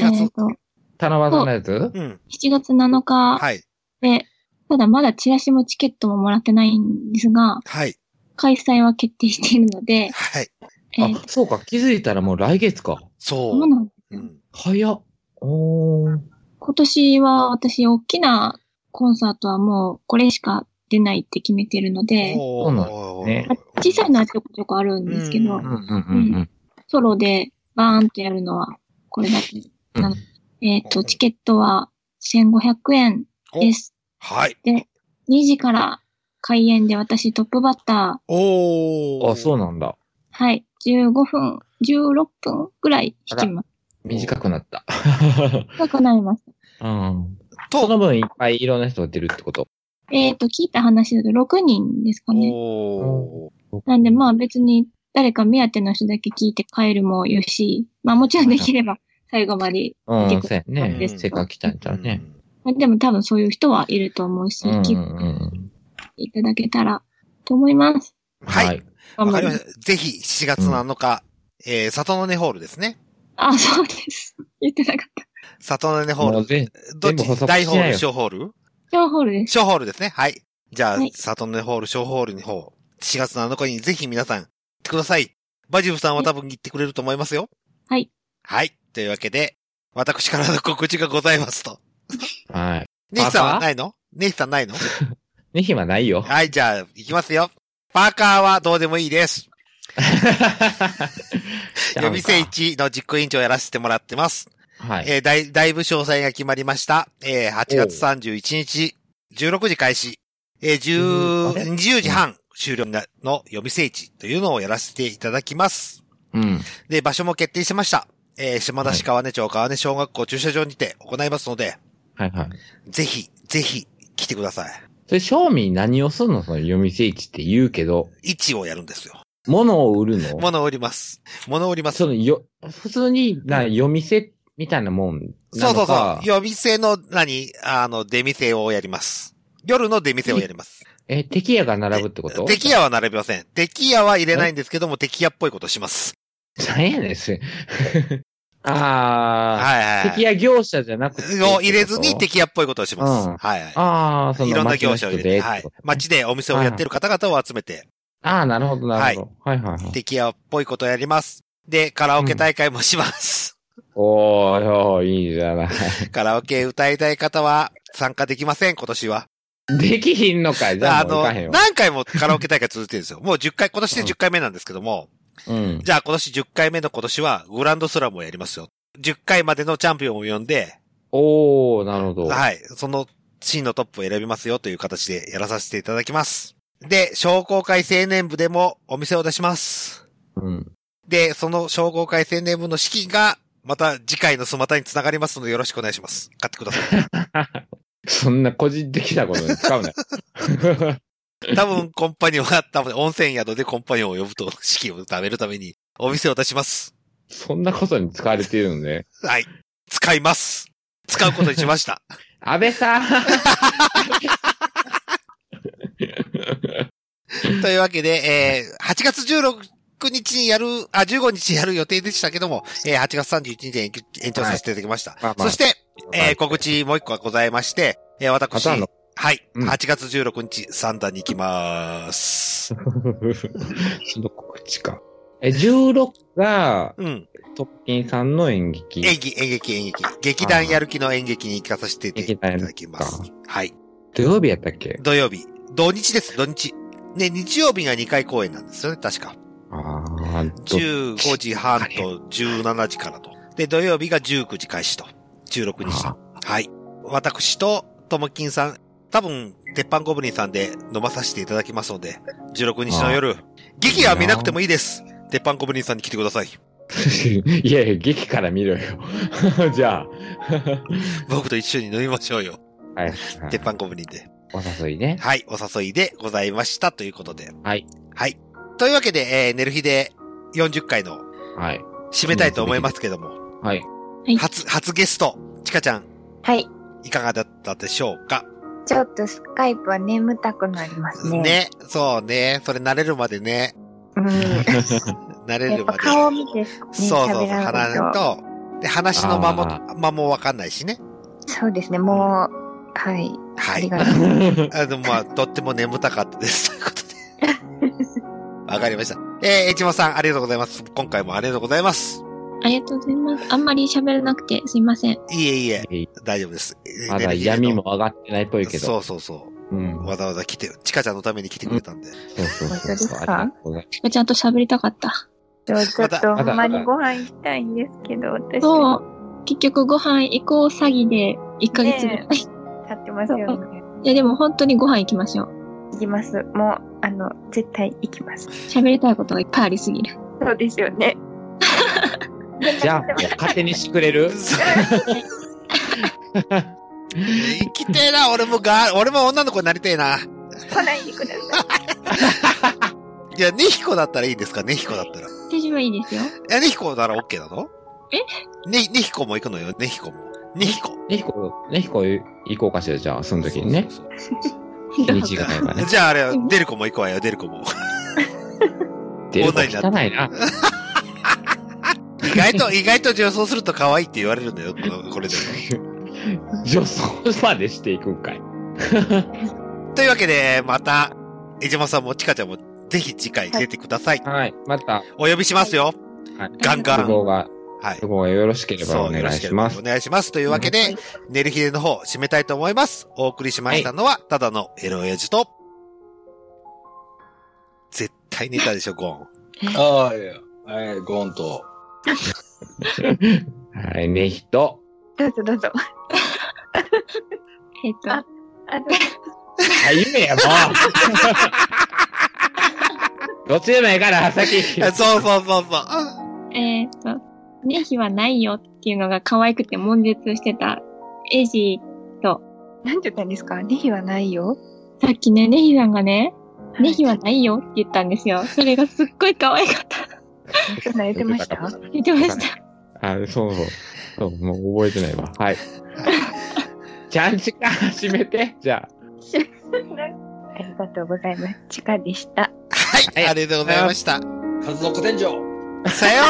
[SPEAKER 7] えー
[SPEAKER 1] 月。
[SPEAKER 7] と、
[SPEAKER 11] 七夕のやつ
[SPEAKER 1] うん。
[SPEAKER 7] 7月7日、
[SPEAKER 1] はい。
[SPEAKER 7] で、ただまだチラシもチケットももらってないんですが、
[SPEAKER 1] はい。
[SPEAKER 7] 開催は決定しているので、
[SPEAKER 1] はい。
[SPEAKER 7] えー
[SPEAKER 11] あ、そうか、気づいたらもう来月か。
[SPEAKER 1] そ
[SPEAKER 7] そうなん
[SPEAKER 11] 早っ。おー。
[SPEAKER 7] 今年は私大きなコンサートはもうこれしか出ないって決めてるので、
[SPEAKER 11] そうなんですね。
[SPEAKER 7] 小さいのはちょこちょこあるんですけど、
[SPEAKER 11] うんうんうん。
[SPEAKER 7] ソロでバーンとやるのはこれだけ。なのえっ、と、チケットは1500円です。
[SPEAKER 1] はい。
[SPEAKER 7] で、2時から開演で私トップバッター、
[SPEAKER 1] お
[SPEAKER 11] あ、そうなんだ。
[SPEAKER 7] はい、15分、16分ぐらい
[SPEAKER 11] あ
[SPEAKER 7] 弾
[SPEAKER 11] ら
[SPEAKER 7] きます。
[SPEAKER 11] 短くなった。
[SPEAKER 7] 高くなります。
[SPEAKER 11] うん。その分いっぱいいろんな人が出るってこと。
[SPEAKER 7] えっ、と、聞いた話だと6人ですかね。
[SPEAKER 1] お
[SPEAKER 7] なんでまあ別に誰か目当ての人だけ聞いて帰るもよし、まあもちろんでき れば最後まで
[SPEAKER 11] う
[SPEAKER 7] 見て
[SPEAKER 11] ん、
[SPEAKER 7] く
[SPEAKER 11] そう
[SPEAKER 7] れ
[SPEAKER 11] やね。
[SPEAKER 7] です
[SPEAKER 11] せっかく来たんちゃうね。
[SPEAKER 7] でも多分そういう人はいると思うし、
[SPEAKER 11] うんうん。
[SPEAKER 7] 聞いていただけたらと思います。
[SPEAKER 1] はいわかりました。ぜひ、7月7日、えー、里の根ホールですね。
[SPEAKER 7] あ、そうです。 言ってなかった。
[SPEAKER 1] 里の根ホール。どっ
[SPEAKER 11] 全部補足し
[SPEAKER 1] ち
[SPEAKER 11] な
[SPEAKER 1] 大
[SPEAKER 11] よ
[SPEAKER 1] ホール、小ホール
[SPEAKER 7] 小ホールです。
[SPEAKER 1] 小ホールですね。はい。じゃあ、
[SPEAKER 7] はい
[SPEAKER 1] 里の根ホール、小ホールの方、4月7日にぜひ皆さん行ってください。バジブさんは多分行ってくれると思いますよ。
[SPEAKER 7] はい。
[SPEAKER 1] はい。というわけで、私からの告知がございますと。
[SPEAKER 11] はい。
[SPEAKER 1] ネヒさんは
[SPEAKER 11] パーカー
[SPEAKER 1] ないのネヒさんないの
[SPEAKER 11] ねひはないよ。
[SPEAKER 1] はい、じゃあ、行きますよ。パーカーはどうでもいいです。 予備生1の実行委員長をやらせてもらってます。
[SPEAKER 11] はい。
[SPEAKER 1] えーだい、だいぶ詳細が決まりました。えー8月31日、16時開始、えー10 20時半終了なの予備聖地というのをやらせていただきます。
[SPEAKER 11] うん。
[SPEAKER 1] で、場所も決定しました。えー島田市川根町川根小学校駐車場にて行いますので、
[SPEAKER 11] はいはい。
[SPEAKER 1] ぜひ、ぜひ、来てください。
[SPEAKER 11] それ、正味何をするのその読み聖地って言うけど。
[SPEAKER 1] 位置をやるんですよ。
[SPEAKER 11] 物を売るの
[SPEAKER 1] 物を売ります。物を売ります。
[SPEAKER 11] そのよ、普通にな、夜店みたいなもんな
[SPEAKER 1] そう
[SPEAKER 11] の
[SPEAKER 1] そうそ
[SPEAKER 11] か。
[SPEAKER 1] う。予備制の、何あの、出店をやります。夜の出店をやります。
[SPEAKER 11] え、敵屋が並ぶってこと
[SPEAKER 1] 敵屋は並びません。敵屋は入れないんですけども、敵屋っぽいことします。
[SPEAKER 11] 何やね ん、それ。あー。
[SPEAKER 1] はいはいはい
[SPEAKER 11] 敵屋業者じゃなくて。
[SPEAKER 1] を入れずに敵屋っぽいことをします。
[SPEAKER 11] うん
[SPEAKER 1] はいはい。
[SPEAKER 11] ああ、その
[SPEAKER 1] いろんな業者を入れて、
[SPEAKER 11] 町の
[SPEAKER 1] は
[SPEAKER 11] 人
[SPEAKER 1] い
[SPEAKER 11] で。
[SPEAKER 1] 街でお店をやってる方々を集めて、
[SPEAKER 11] ああ、なるほど、なるほど。はいはいはい。
[SPEAKER 1] 敵屋っぽいことをやります。で、カラオケ大会もします。
[SPEAKER 11] おーよー、いいじゃない。
[SPEAKER 1] カラオケ歌いたい方は参加できません、今年は。
[SPEAKER 11] できひんのかいじゃ
[SPEAKER 1] あ
[SPEAKER 11] あもう
[SPEAKER 1] の、
[SPEAKER 11] 行かへんわ。
[SPEAKER 1] 何回もカラオケ大会続いてるんですよ。もう10回、今年で10回目なんですけども、
[SPEAKER 11] うん。
[SPEAKER 1] じゃあ今年10回目の今年はグランドスラムをやりますよ。10回までのチャンピオンを呼んで、
[SPEAKER 11] おー、なるほど。
[SPEAKER 1] はい。その真のトップを選びますよという形でやらさせていただきます。で、商工会青年部でもお店を出します。
[SPEAKER 11] うん。
[SPEAKER 1] で、その商工会青年部の資金が、また次回のスマタにつながりますのでよろしくお願いします。買ってくださ
[SPEAKER 11] そんな個人的なことに使うな。
[SPEAKER 1] い。多分、コンパニオンが、多分、温泉宿でコンパニオンを呼ぶと、資金を貯めるために、お店を出します。
[SPEAKER 11] そんなことに使われているのね。
[SPEAKER 1] はい。使います。使うことにしました。
[SPEAKER 11] 安倍さん
[SPEAKER 1] というわけで、えー8月16日にやる、あ、15日にやる予定でしたけども、えー8月31日に延期延長させていただきました。
[SPEAKER 11] まあまあ
[SPEAKER 1] そして、えー告知もう一個はございまして、えー私、
[SPEAKER 11] またあんの
[SPEAKER 1] はい、8月16日、三段に行き ます。
[SPEAKER 11] その告知か。え、16が、
[SPEAKER 1] うん。
[SPEAKER 11] トッキンさんの演劇。
[SPEAKER 1] 演技、演劇、演劇。劇団やる気の演劇に行かさせていただきます。はい。
[SPEAKER 11] 土曜日やったっけ
[SPEAKER 1] 土曜日。土日です、土日。ね、日曜日が2回公演なんですよね、確か。
[SPEAKER 11] ああ、ど
[SPEAKER 1] 15時半と17時からと。で、土曜日が19時開始と。16日と。はい。私と、ともきんさん、多分、鉄板ゴブリンさんで飲まさせていただきますので、16日の夜、劇は見なくてもいいです。鉄板ゴブリンさんに来てくだ さい。
[SPEAKER 11] いやいや、劇から見ろよ。 じゃあ。
[SPEAKER 1] 僕と一緒に飲みましょうよ。
[SPEAKER 11] はいはい。
[SPEAKER 1] 鉄板ゴブリンで。
[SPEAKER 11] お誘いね。
[SPEAKER 1] はい、お誘いでございましたということで。
[SPEAKER 11] はい。
[SPEAKER 1] はい。というわけで、えー、寝る日で40回の
[SPEAKER 11] はい。
[SPEAKER 1] 締めたいと思いますけども、
[SPEAKER 11] はい。
[SPEAKER 1] 初、初ゲスト、ちかちゃん、
[SPEAKER 3] はい。
[SPEAKER 1] いかがだったでしょうか
[SPEAKER 3] ちょっとスカイプは眠たくなりますね。
[SPEAKER 1] ね、そうね。それ慣れるまでね。
[SPEAKER 3] うん。
[SPEAKER 1] 慣れ
[SPEAKER 3] やっ
[SPEAKER 1] る
[SPEAKER 3] ぱ
[SPEAKER 1] まで。
[SPEAKER 3] 顔を見て、ね、
[SPEAKER 1] そうそうそう、
[SPEAKER 3] 喋らない
[SPEAKER 1] 話
[SPEAKER 3] と。
[SPEAKER 1] と、で、話の間も
[SPEAKER 11] あ、
[SPEAKER 1] 間もわかんないしね。
[SPEAKER 3] そうですね、もう、はい。
[SPEAKER 1] は
[SPEAKER 3] あり
[SPEAKER 1] い。
[SPEAKER 3] がとうございます。
[SPEAKER 1] あの、まあ、とっても眠たかったです。ということで。わか りました。えー、えちもさん、ありがとうございます。今回もありがとうございます。
[SPEAKER 7] ありがとうございます。あんまり喋れなくてすいません。
[SPEAKER 1] いえいえ、大丈夫です。
[SPEAKER 11] まだ闇も上がってないっぽいけど。
[SPEAKER 1] そうそうそう。
[SPEAKER 11] うん
[SPEAKER 1] わざわざ来て、ちかちゃんのために来てくれたん で。
[SPEAKER 11] そうそう
[SPEAKER 3] 本当
[SPEAKER 11] そ
[SPEAKER 3] で
[SPEAKER 11] うそう。
[SPEAKER 3] す
[SPEAKER 11] ありが
[SPEAKER 3] か
[SPEAKER 11] とうござい
[SPEAKER 7] ちかちゃんと喋りたかった。
[SPEAKER 3] ちょっ
[SPEAKER 1] ま
[SPEAKER 3] と、
[SPEAKER 1] た
[SPEAKER 3] ほんま
[SPEAKER 11] ま
[SPEAKER 3] に
[SPEAKER 11] た
[SPEAKER 3] ご飯行きたいんですけど、私、
[SPEAKER 7] そう。結局ご飯行こう詐欺で1ヶ月ぐらい。
[SPEAKER 3] 立ってますよね。
[SPEAKER 7] いやでも本当にご飯行きましょう。
[SPEAKER 3] 行きます。もう、あの、絶対行きます。
[SPEAKER 7] 喋りたいことがいっぱいありすぎ る。
[SPEAKER 3] そうですよね。
[SPEAKER 11] ます。じゃあ、もう勝手にしてく れる
[SPEAKER 1] 生きてえな、俺もガール、俺も女の子になりてえな。
[SPEAKER 3] 来ないでください。
[SPEAKER 1] いや、ネヒコだったらいいんですかネヒコだったら。
[SPEAKER 7] 私もいいですよ。
[SPEAKER 1] え、ネヒコなら OK なの
[SPEAKER 7] え
[SPEAKER 1] ね、ネヒコも行くのよ、ネヒコも。ネヒコ。
[SPEAKER 11] ねひこ、ねひこ行こうかしら、じゃあ、その時にね。日にちが合え ばね。
[SPEAKER 1] じゃああれ、デルコも行くわよ、デルコも。
[SPEAKER 11] 出る
[SPEAKER 1] 女にな
[SPEAKER 11] 汚いな。
[SPEAKER 1] 意外と、意外と女装すると可愛いって言われるんだよ、このこれでも。
[SPEAKER 11] 女装までしていくんかい。
[SPEAKER 1] というわけで、また、江島さんもちかちゃんも、ぜひ次回出てください。
[SPEAKER 11] はい、また。
[SPEAKER 1] お呼びしますよ。ガンガン
[SPEAKER 11] 都合が、都合がよろしければ
[SPEAKER 1] そ
[SPEAKER 11] お
[SPEAKER 1] うよ
[SPEAKER 11] 願
[SPEAKER 1] ろ
[SPEAKER 11] い
[SPEAKER 1] しけ
[SPEAKER 11] し
[SPEAKER 1] れば
[SPEAKER 11] ます
[SPEAKER 1] お。願いします。というわけで、寝る日での方、締めたいと思います。お送りしましたのは、ただのエロ親父と、絶対寝たでしょ、ゴン。
[SPEAKER 2] ああ、いや、えー、ゴーンと。
[SPEAKER 11] はい、ねひと。
[SPEAKER 3] どうぞどうぞ。えっと。あ、あと、
[SPEAKER 11] あ、夢や、もう。どっちでもええから、先。
[SPEAKER 1] そうそうそうそう。
[SPEAKER 7] えっ、と、ねひはないよっていうのが可愛くて悶絶してたエイジと。
[SPEAKER 3] なんて言ったんですか ねひはないよ
[SPEAKER 7] さっきね、ねひさんがね、ねひはないよって言ったんですよ。それがすっごい可愛かった。
[SPEAKER 3] 泣いてました
[SPEAKER 7] 言ってました。
[SPEAKER 11] あ、そうそう。そう、もう覚えてないわ。はい。ちゃんちか、閉めて。じゃ
[SPEAKER 3] ありがとうございます。ちかでした。
[SPEAKER 1] はい、ありがとうございました。
[SPEAKER 2] 数の子天井
[SPEAKER 1] さよ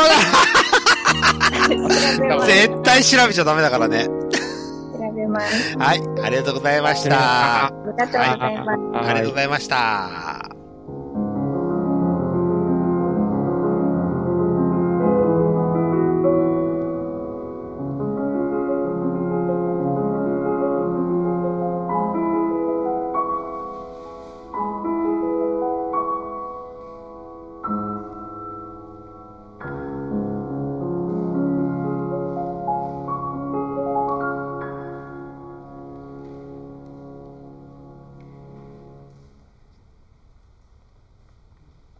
[SPEAKER 1] うなら絶対調べちゃダメだからね。
[SPEAKER 3] 調べます。
[SPEAKER 1] はい、ありがとうございました。
[SPEAKER 3] ありがとうございます
[SPEAKER 1] ありがとうございました。